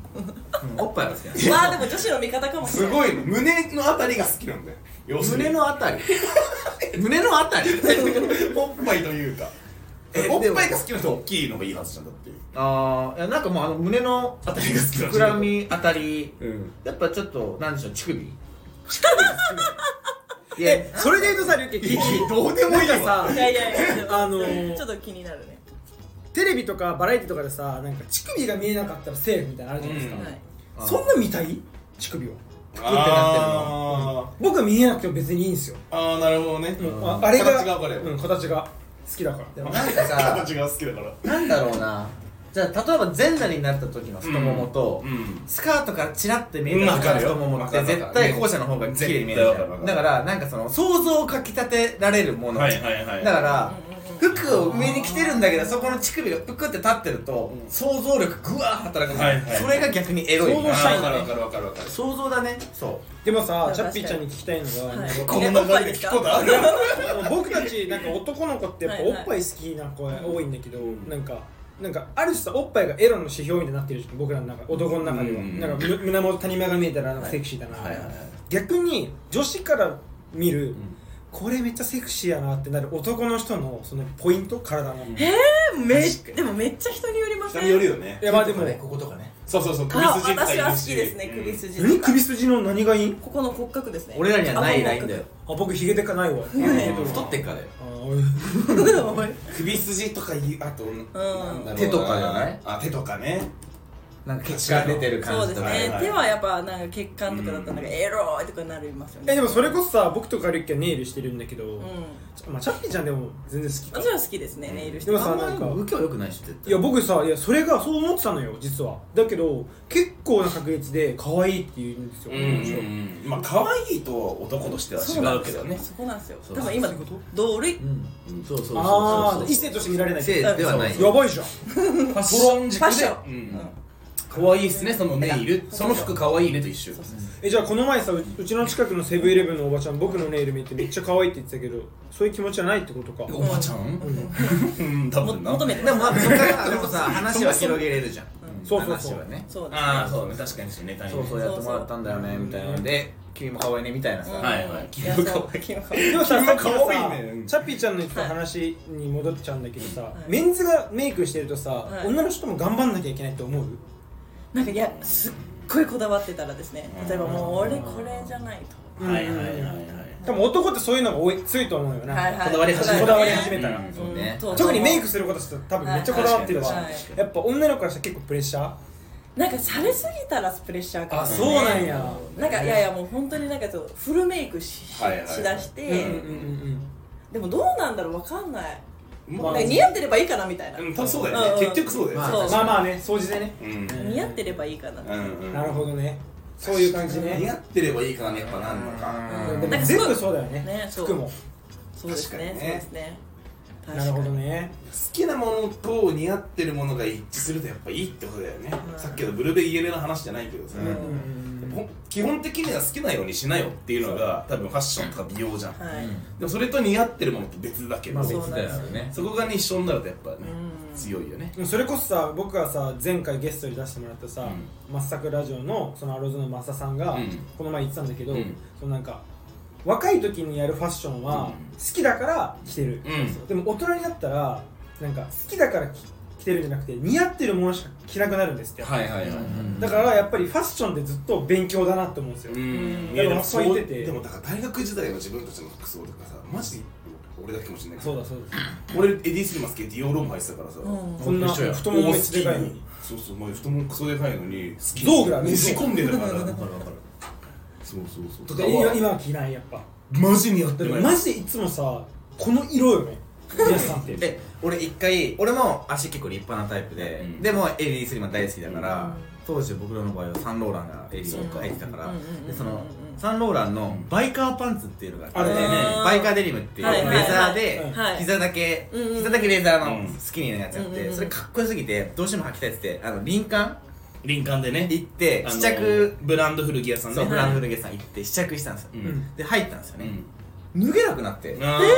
おっぱいが好きなんで
まあでも女子の味方かもし
す
れない
ごいの胸のあたりが好きなんだよ要する
胸
に
のあ たり胸のあたり
おっぱいというか
え
おっぱいが好きな人は大きいのがいいはずじゃんだって
ああいやなんかもうあの胸の
あたりが好き なんだ
膨らみあたり
うん
やっぱちょっとなんでしょう乳首いや
えそれで言うとさリュウキ聞き
どうでもいい
なん
わ
かさ
いやいやいや
あのー
ちょっと気になるね
テレビとかバラエティとかでさなんか乳首が見えなかったらセーフみたいなのあるじゃないです
うん
は
か
い
あー
そんな見たい乳首は
あ
僕は見えなくても別にいいんですよ
ーあーなるほどね
うん
あ
ああれが
形が分かる
うん形が好きだから
で もなんかさ
形が好きだから
なんだろうなじゃあ例えば全裸になった時の太ももと、
うん
スカートからチラッて見えた
うんわかるよ
太ももっ
わかる
て
わかる
絶対後者の方が綺麗に見えるじ
絶対
ゃ
わかるわか
ん
る
だからなんかその想像をかきたてられるもの、
はいはいはい
だから服を上に着てるんだけどそこの乳首がぷくって立ってると、想像力ぐわー働くの、
はいはい
それが逆にエロい
想像
わ
したい
かるわかるわかるわかる
想像だねそ
でもさ
確
チ
か
ャ
に
ッピーちゃんに聞きたいのが、
はい
なんか
この流れで聞くことある
僕たちなんか男の子ってやっぱ
はい
お
はい
っぱい好きな子が多いんだけど、なんかなんかある種さおっぱいがエロの指標みたいになってるじゃん僕らの中男の中では、
うん
なんかむ胸元谷間が見えたらなんかセクシーだな、
はいはいはい
逆に女子から見る、これめっちゃセクシーやなってなる男の人のそのポイント体の
めでもめっちゃ人によりませ
人
ん
によるよね
いやまあでも
ねこことかね
そうそうそう首
あ
筋
私は好きですね
うん
首筋
何
とか
首筋の何がいい
ここの骨格ですね
俺らにはないラインだ
よ
よ
あ僕ヒゲでかないわ
うん太ってっからだよ
あおい
首筋とかいうあと、なんだろうな
手とかじゃない
あ手とかね
なんか血が出てる
そ
感
う
じ
ですね、
とか
はいはい
手はやっぱなんか血管とかだったらなんかエロいとかなりますよね
えでもそれこそさ僕とかリッキーはネイルしてるんだけど、
うん
ちょまあチャッピーちゃんでも全然好きか
私は好きですね、ネイルして
でも
あ
さ
んま
なんか
受けは良くないし絶対
いや僕さいやそれがそう思ってたのよ実はだけど結構な確率で可愛いって言うんですよ、
うんまあ可愛いと男としては
そうな
違
ん
う
で
け
す
ど
よ
ね
そこなんですよ
そう
多分今
そういうこと
同類
うんそうそうそう
あ
そ
あ
う
異性として見られない
性
や
ではない
ばいじゃん
ファッション
ファッショ
うん可愛いっすねそのネイルその服可愛いねと一緒
えじゃあこの前さううちの近くのセブンイレブンのおばちゃん僕のネイル見てめっちゃ可愛いって言ってたけどそういう気持ちはないってことか
おばちゃんうん多
も
分な
求めてま
ですもまあそこからでもさ話は広げれるじゃん
そうそうそう
話はね
そうですね
ああそうね確かにネタに
そうそうやってもらったんだよねみたいなので君も可愛いねみたいな
うん
さ
はいはい
いやそう気分変わる
でもさ
君
さっ
も
き
可
の
愛
さ
いね
チャッピーちゃんの言ってた話に戻っちゃうんだけどさ、
い
メンズがメイクしてるとさ、
はい
女の人も頑張んなきゃいけないって思う
なんかいやすっごいこだわってたらですね例えばもう俺これじゃないと
はいはいはいはい
多分男ってそういうのが多い強いと思うよな、
はいはい
こだわり始めた
こだわり始めたら、
うん
そうね
そう
特にメイクすることして多分めっちゃこだわってるわ、
はいはい
やっぱ女の子からしたら結構プレッシャー
なんかされすぎたらプレッシャーかもね
そうなんや
なんかいやいやもう本当になんかちょっとフルメイクしし
はいはいはい
しだして
うんうん
でもどうなんだろうわかんない
ま
なんか似合ってればいいかなみたいな
うん多分そうだよね
うん
結局そうだよね
まあ
うんまあまあね掃除でね
うん
似合ってればいいかなって
うんうん
なるほどねそういう感じ
似
ね
合ってればいいからねやっぱなんのか
で
なんか
も
す
全
ごい
部そうだよね
ねそう
服も
そうですね
確かにね
そうですね確か
な
に
るほどね
好きなものと似合ってるものが一致するとやっぱいいってことだよね
うん
さっきのブルベイエレの話じゃないけどさ
うん
ほん基本的には好きなようにしなよっていうのが多分ファッションとか美容じゃん
はい
でもそれと似合ってるものって別だけど
まあ
そう
別だよね
そこがね一緒になるとやっぱね
うん
強いよね
でもそれこそさ僕がさ前回ゲストに出してもらったさ「まっさくラジオ」のそのアローズのマサさんが
うん
この前言ってたんだけど
うん
そのなんか若い時にやるファッション
うん
は好きだから着てる
うん
でも大人になったらなんか好きだから着着てるんじゃなくて似合ってるものしか着なくなるんですって
はいはいはい
ん
だからやっぱりファッションってずっと勉強だなって思うんですよ
うん
でも
いや
そう言ってて
でもだから大学時代の自分たちの服装とかさマジで俺だけかもしれないけ
そう
ど
だそうだ
俺エディ・スリマス系ディオーローも履いてたからさ
うん
こんな
一緒や
太ももめっちゃでかいの
にそうそう前太ももクソでかいのに好き
道具だね
ねじ込んでたから
わかるわかる
そうそうそうとか
で今
は
今は着ないやっぱ
マジにやって
だ
る
か
のよ
らマジでいつもさこの色よね皆さんって
で俺一回俺も足結構立派なタイプで、
うん
でもエリー・スリマン大好きだから、
うん
当時僕らの場合はサンローランがエリーに入ってたから、
うんうん
でそ
うん
の
うん
サンローランのバイカーパンツっていうのがあ
あ
っ
る
て、
ね
うん
バイカーデニムっていう
はい
はいはい
レザーで
はい
膝だけ、
うんうん
膝だけレザー
うん
のスキニーなやつやっ
うんうん
て、
うん
それかっこよすぎてどうしても履きたいっつってあの林間
林間でね
行って
あの
試着
ブランド古着屋さんね
そうブランドルゲさん行って試着したんですよ、
うん
で入ったんですよ
う
ね
ん、
脱げなくなって、
あーわかる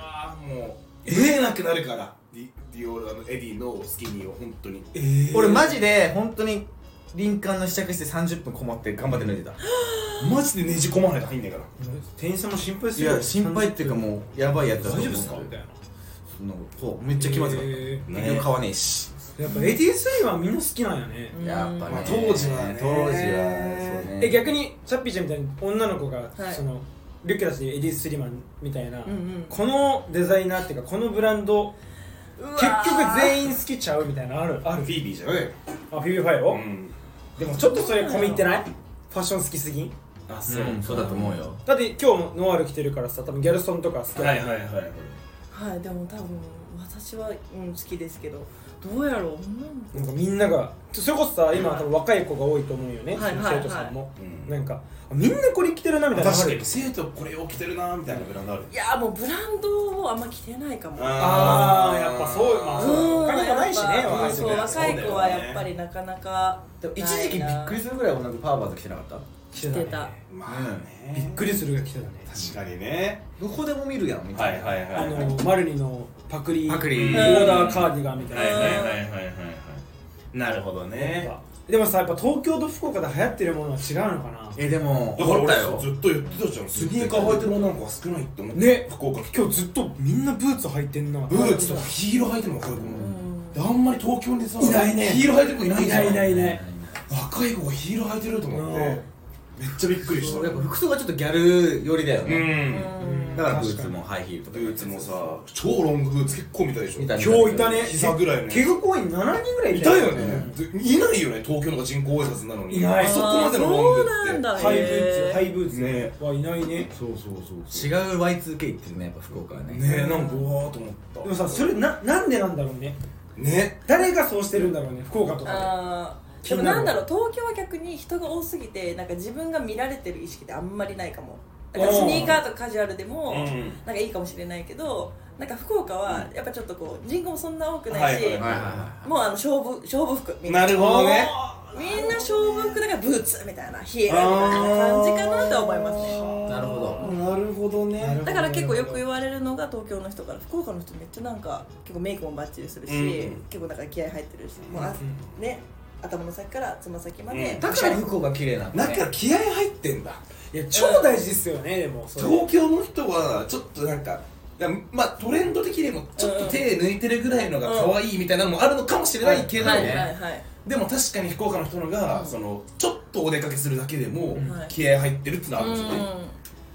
わもう見えなくなるからディディオールのエディのスキニーを本当に
えー
俺マジで本当に林間の試着して30分困って頑張って脱いでた
マジでねじ込まないと入んないから
店員さんも心配す
い
るよ
や心配っていうかもうやばいやつだと
大
思
丈
う
夫ですかみたいな
そんなことそうめっちゃ気まずかった
へー
結局買わねえし
やっぱ AT3 はみんな好きなんやね
うん
やっぱ
まあ
ね
当時はね
当時はそうね
え逆にチャッピーちゃんみたいに女の子が
はい
そのリュッケラスでエディ・スリマンみたいな
うんうん
このデザイナーっていうかこのブランド
うわ
結
ー
局全員好きちゃうみたいなのあるあ
フ
る
ィービーじゃない
あフィビファイ
う
を
ん
でもちょっとそれ込み入ってないファッション好きすぎん
あそ
そうそうだと思うよ
だって今日もノワール着てるからさ多分ギャルソンとか好きだ
はいはいはい
はいでも多分私は、うん、好きですけどどうやろう、うん
なんかみんながそれこそさ今多分若い子が多いと思うよね、
はい
その生徒さんも、
うん
なんかあみんなこれ着てるなみたいなの
確
あ
か
る
に生徒これを着てるなみたいなブランドある
いやもうブランドをあんま着てないかも
あーやっぱそうまあ
う
そ
ん
お金もないしね
やっぱ
若い子
そう
ね
若い子はやっぱりなかなか
でも一時期びっくりするぐらい女の子パーバーズ着てなかった
着
着て
ね
た
ま
びっくりするが着てたね
確かにね
どこでも見るやんみ
は
たい
い
な
はいはい
あのマルニのパクリ
パク
う
リ
ん
オーダーカーディガンみたい
は
ない
はいはいはいはいはいなるほどね
やっぱでもさやっぱ東京と福岡で流行ってるものは違うのかな
えでも
だから
思っ
俺
たよ
ずっと言ってたじゃんスニーカー履いてる女の子が少ないって思って
ね
福岡
今日ずっとみんなブーツ履いてんな
ブーツとかヒール履いてるの若い子も
ん
であんまり東京にさ
いないね
ヒール履いてる子いない
い
じゃ
なんいいないいない
若い子がヒール履いてると思って
うん
めっちゃびっくりした
やっぱ服装がちょっとギャル寄りだよ
う
ね
ん
うん
だからブーツもハイヒールとか
ブーツもさ超ロングブーツ結構見たでしょ
見た
今日いたね
膝ぐらいの
怪我公園7人ぐらい
い
い
た
た
よねいないよね東京とか人口多いはずなのに
いない
あそこまでのロングって
そうなんだ
ハイブー
へ
ツ
ー
ハイブーツ
ね
はいないね
そうそうそう
違う Y2K 言ってるねやっぱ福岡はね
ねえなんかうわーと思った
でもさそれななんでなんだろうね
ね
誰がそうしてるんだろうね福岡とか
あーでもなんだろう東京は逆に人が多すぎてなんか自分が見られてる意識ってあんまりないかもだからスニーカーとかカジュアルでも
うん
なんかいいかもしれないけどなんか福岡はやっぱちょっとこう人口もそんな多く
は
ないし、
いはいは
もうあの勝負勝負服み
い
たいな
なるほどね
みんな勝負服だからブーツみたいなヒエルみたいな感じかなとは思いますね
なるほ
な
ど
るほどね
だから結構よく
う
言われるのが東京の人から福岡の人めっちゃなんか結構メイクもバッチリするし、
うん
結構なんか気合入ってるし、もうあね頭の先からつま先まで、
うん
だから福岡綺麗なんだ
な
ね
んか気合入ってんだ
いや超大事ですよねでもそれ
東京の人はちょっとなんかいやまあトレンド的にもちょっと手抜いてるぐらいのが可愛いみたいなのもあるのかもしれないけど、
はいはいはい
でも確かに福岡の人のが、そのちょっとお出かけするだけでも、
ん
気合入ってるってのはあるんですよね、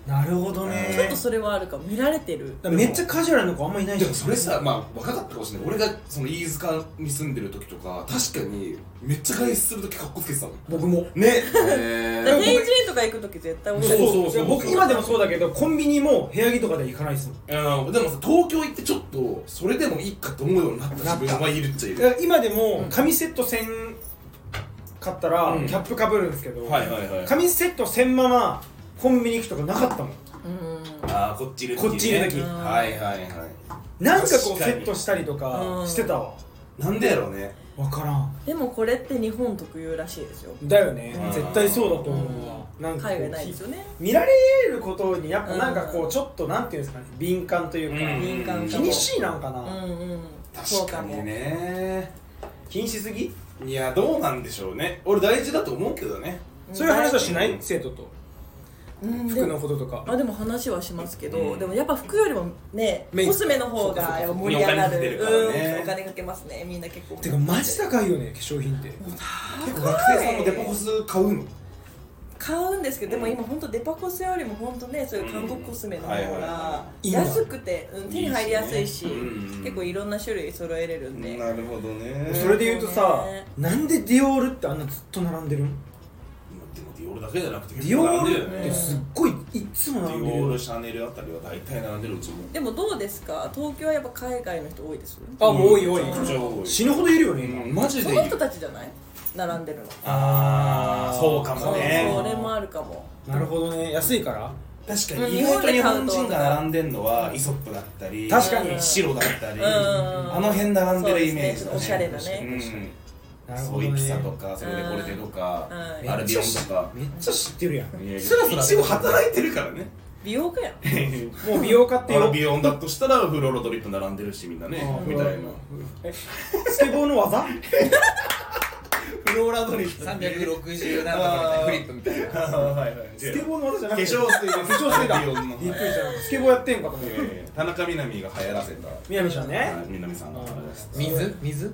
なるほど
うんちょっと
ね
それはあるかも見られてる
めっちゃカジュアルな子あんまいない
で
じ
も
ゃん
それさ、まあ若かったかもしれない俺がその飯塚に住んでる時とか確かにめっちゃ外出する時かっこつけてたの僕もね
だ
へ
から
ー
フェイジとか行く時絶対多い
そうそうそう
いや僕今でもそうだけどコンビニも部屋着とかで行かないですもん
うんでもさ東京行ってちょっとそれでもいいかと思うようになった自分はいるっちゃい
だか
る
ら今でも紙セット1000買ったら
うん
キャップかぶるんですけど
はいはいはい
紙セット1000ままコンビニ行くとかなかったも
う
ん
ん
ああこっちいる
こっちいる時
はいはいは
なんかこ
確
う
か
セ
に
ットしたりとかしてたわ
いなんでやろうね
分からん
でもこれって日本特有らしいですよ
だよね
うん
絶対そうだと思うわなんかこ
海外
う
ないですよね
見られることにやっぱなんかこうちょっとなんていうんですかね敏感という
うん
か
民間
うん
気にしいなんか
う
なん
うんそ
確
う
か
か
に
も
ね
気にしすぎ
いやどうなんでしょうね俺大事だと思うけどね
うん
そういう話はしない生徒と
うんで
服
も
のこととか
あでも話はしますけど、
うん
でもやっぱ服よりもね
メイク
コスメの方がやっぱ盛り上がる
お金かけてるからね
うん、お金かけますねみんな結構
てかマジ高いよね化粧品って
結構学生さんもデパコス買うの
買うんですけどでも今本当デパコスよりも本当ねそういう韓国コスメの方
うんはいはい
が
はい
いいんだ
安くて、うん、手に入りやすいし
いいですねうん
結構いろんな種類揃えれるんで、
なるほどね
それで言うとさ
ね
なんでディオールってあんなずっと並んでるん
でもディオールだけじゃなくて
ディオー
デ
ルっ
デ
てすっごいいっつも並ん
ィ
で
オー
る
ルシャネルあたりは大体並んでるうちも
でもどうですか東京はやっぱ海外の人多いです
あもう多い多い
めちゃくちゃ多い
死ぬほどいるよね今
うんマジ
そ
でい
の
る
人たちじゃない並んでるの
あーそうか
そ
も
うそ
ね
れもあるかも
なるほどね安いから
確か
うん
に意外と日本人が並んでるのはイソップだったり
確かに
白だったり
うん
あの辺並んでるイメージ
そうですねちょ
だ
っとおしゃれなね
うん
なる
そ
ほ
うい
ど
き
ね
さとか、それでコルテとか
は、い
アルビオンとか。
めっちゃ知ってるやん
スラスラ一応働いてるから ね。
美容家やん
もう美容家って
アル
よ
ビオンだとしたら、フロロドリップ並んでるし、みんなね
あ、ー
みたいな。
スケボーの技
フローラドリップ。
360なんとかみたいなフリップみたいな
あーはいはい。
スケボーの技じゃ
化
なくて
粧水化
粧水だ
アルビオンの。
びっくりしたスケボーやってんかと思って
えー田中みな実が流行らせた。
みなみちゃんね
はいみなみさんの。
水水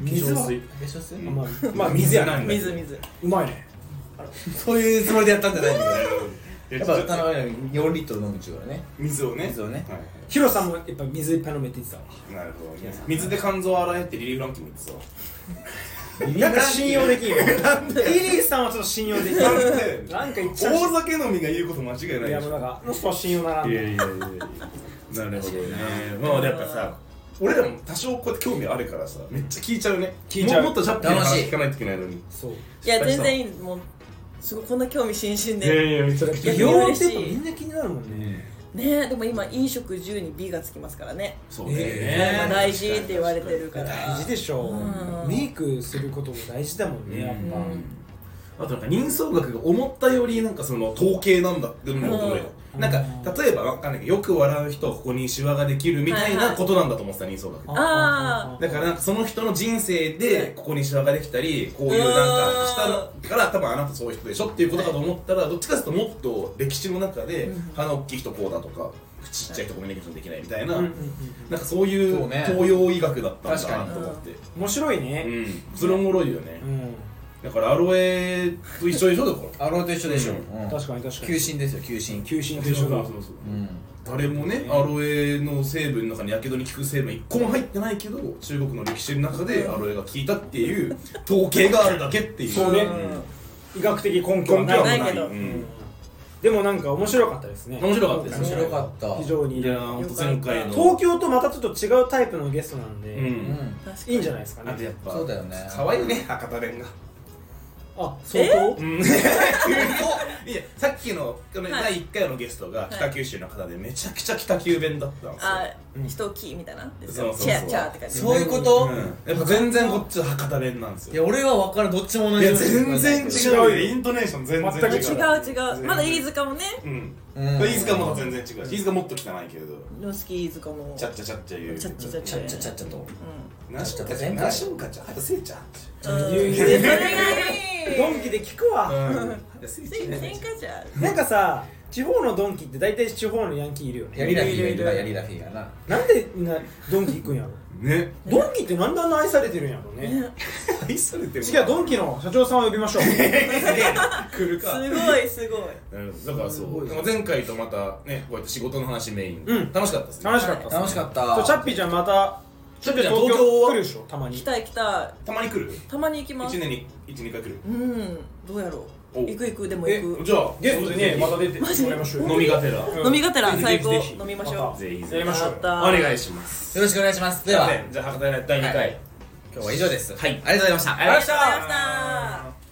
水は
化粧水
まあまあ水やな
うん
水水
うまいね
そういうつもりでやったんじゃないんだよ
で
やっ
ちょ
ぱ
っと
頼むよ4リットル飲むっちゅうからね
水をね。
水をね
はい
ヒロさんもやっぱ水いっぱい飲めって言ってたわ
なるほどね。水で肝臓を洗えってリリー・フランキーも言ってたわ。
なんか信用できんよリリーさんはちょっと信用できん
なんで
なんか言っちゃうし
大酒飲みが言うこと間違いないい
や
でし
も
ょ
うなんかもう少し信用なら
い
んね
やいやいやいやなるほどねまあやっぱさ俺らも多少こうやって興味あるからさめっちゃ聞いちゃうね
聞いちゃう
ももっとジャッピーの話聞かないといけないのに
そう
いや全然いいですもうすごいこんな興味津々
いや
で
いやめちゃくちゃ
い
美
や
容
嬉
っ
してい
やっぱみんな気になるもんね
ねでも今飲食10に B がつきますからね
そう
ね
まあ大事って言われてるから
大事でしょ
うん
メイクすることも大事だもんねやっぱ
うん
あとなんか人相学が思ったよりなんかその統計なんだっていうのも驚いたなんか例えばわかんないけどよく笑う人はここにシワができるみたい
はいは
ないことなんだと思ってた人相学って
あ
だからなんかその人の人生でここにシワができたりこういうなんかしたから多分あなたそういう人でしょっていうことかと思ったらどっちかというともっと歴史の中で鼻大きい人こうだとか口ちっちゃい人コミュニケーションできないみたいななんかそういう
そうね
東洋医学だったんだ
確か
な
に
と思って
面白い
うん
ね
それおもろいよね
うん
だからアロエと一緒でしょだから
アローと一緒でしょ、
う
うん
確かに確か
求
に
心ですよ求心
求心と一緒だ
そうそう
うん
誰もねアロエの成分の中にやけどに効く成分一個も入ってないけど中国の歴史の中でアロエが効いたっていう統計があるだけっていう
そうね医学的根拠は
根
な
拠
い
は
な
ない
け
い
ど
うん
でもなんか面白かったですね
面白かったです
面白かった
非常に
いやーほんと前回の
東京とまたちょっと違うタイプのゲストなん
う
で
うんん
あ確か
いいん
に
じゃないですか
あとや
ね
っぱ
そうだよね
可愛いね博多弁が
あ相当
うん いやさっきのこの
はい
第1回のゲストが北九州の方でめちゃくちゃ北九弁だったんですよ
あ人をキーみたいな
そうそうそう
チェアチャーって感じ
そういうこと、
うんやっぱ全然こっちは博多弁なんです
い
よ
や俺は分からんどっちも同
い
じ
や全然違うよイントネーション全然
全く
違う違うまだ飯塚もね
うん
うん
飯塚も全然違うし飯塚もっと汚いけれど
でも好き飯塚も
ちゃっちゃちゃっちゃ言う
ちゃっちゃちゃっち
ちゃっちゃちゃっちゃと
う
何しょうかちゃ
前回
何しょうかちゃんあとせいちゃん
ん
言う
うん
言う
でそれが
ド
いい
ンキで聞くわ
うんせいちゃん
喧嘩じゃ
なんかさ地方のドンキって大体地方のヤンキーいるよね
やりラフィーがいるなやりラフィーがな
なんでみんなドンキ行くん やろ
ね
ドンキってなんであんな愛されてるんやろうね
ね
愛されてる
次はドンキの社長さんを呼びましょう
来るか
すごいすごい
うんだからそうでも前回とまたねこうやって仕事の話メイン
うん
楽しかったですね
楽しかったっす
楽しかっ
そ
た
うチャッピーちゃんまた
ちょっとじゃあ
東
東京
京
は
来るでしょたまに
来たい来た
たまに来る
いたまに行きま
一
す
年に一二回来る
うんどうやろう
お
行く行くでも行く
じゃあ
ゲストでねまた出て
マジ
もらいましょう
飲みがてら
うん
飲みがてら
ぜひぜ
最
ひ
高
ぜひ
飲みましょう
ぜひ
や
ぜ
り
ひ
ましょ
やっ
う
た
お願いします
よろしくお願いしますで
じゃ
は
あねじゃあ博多屋第二
は
回
い今日は以上です
はい
ありがとうございました
ありがとうございました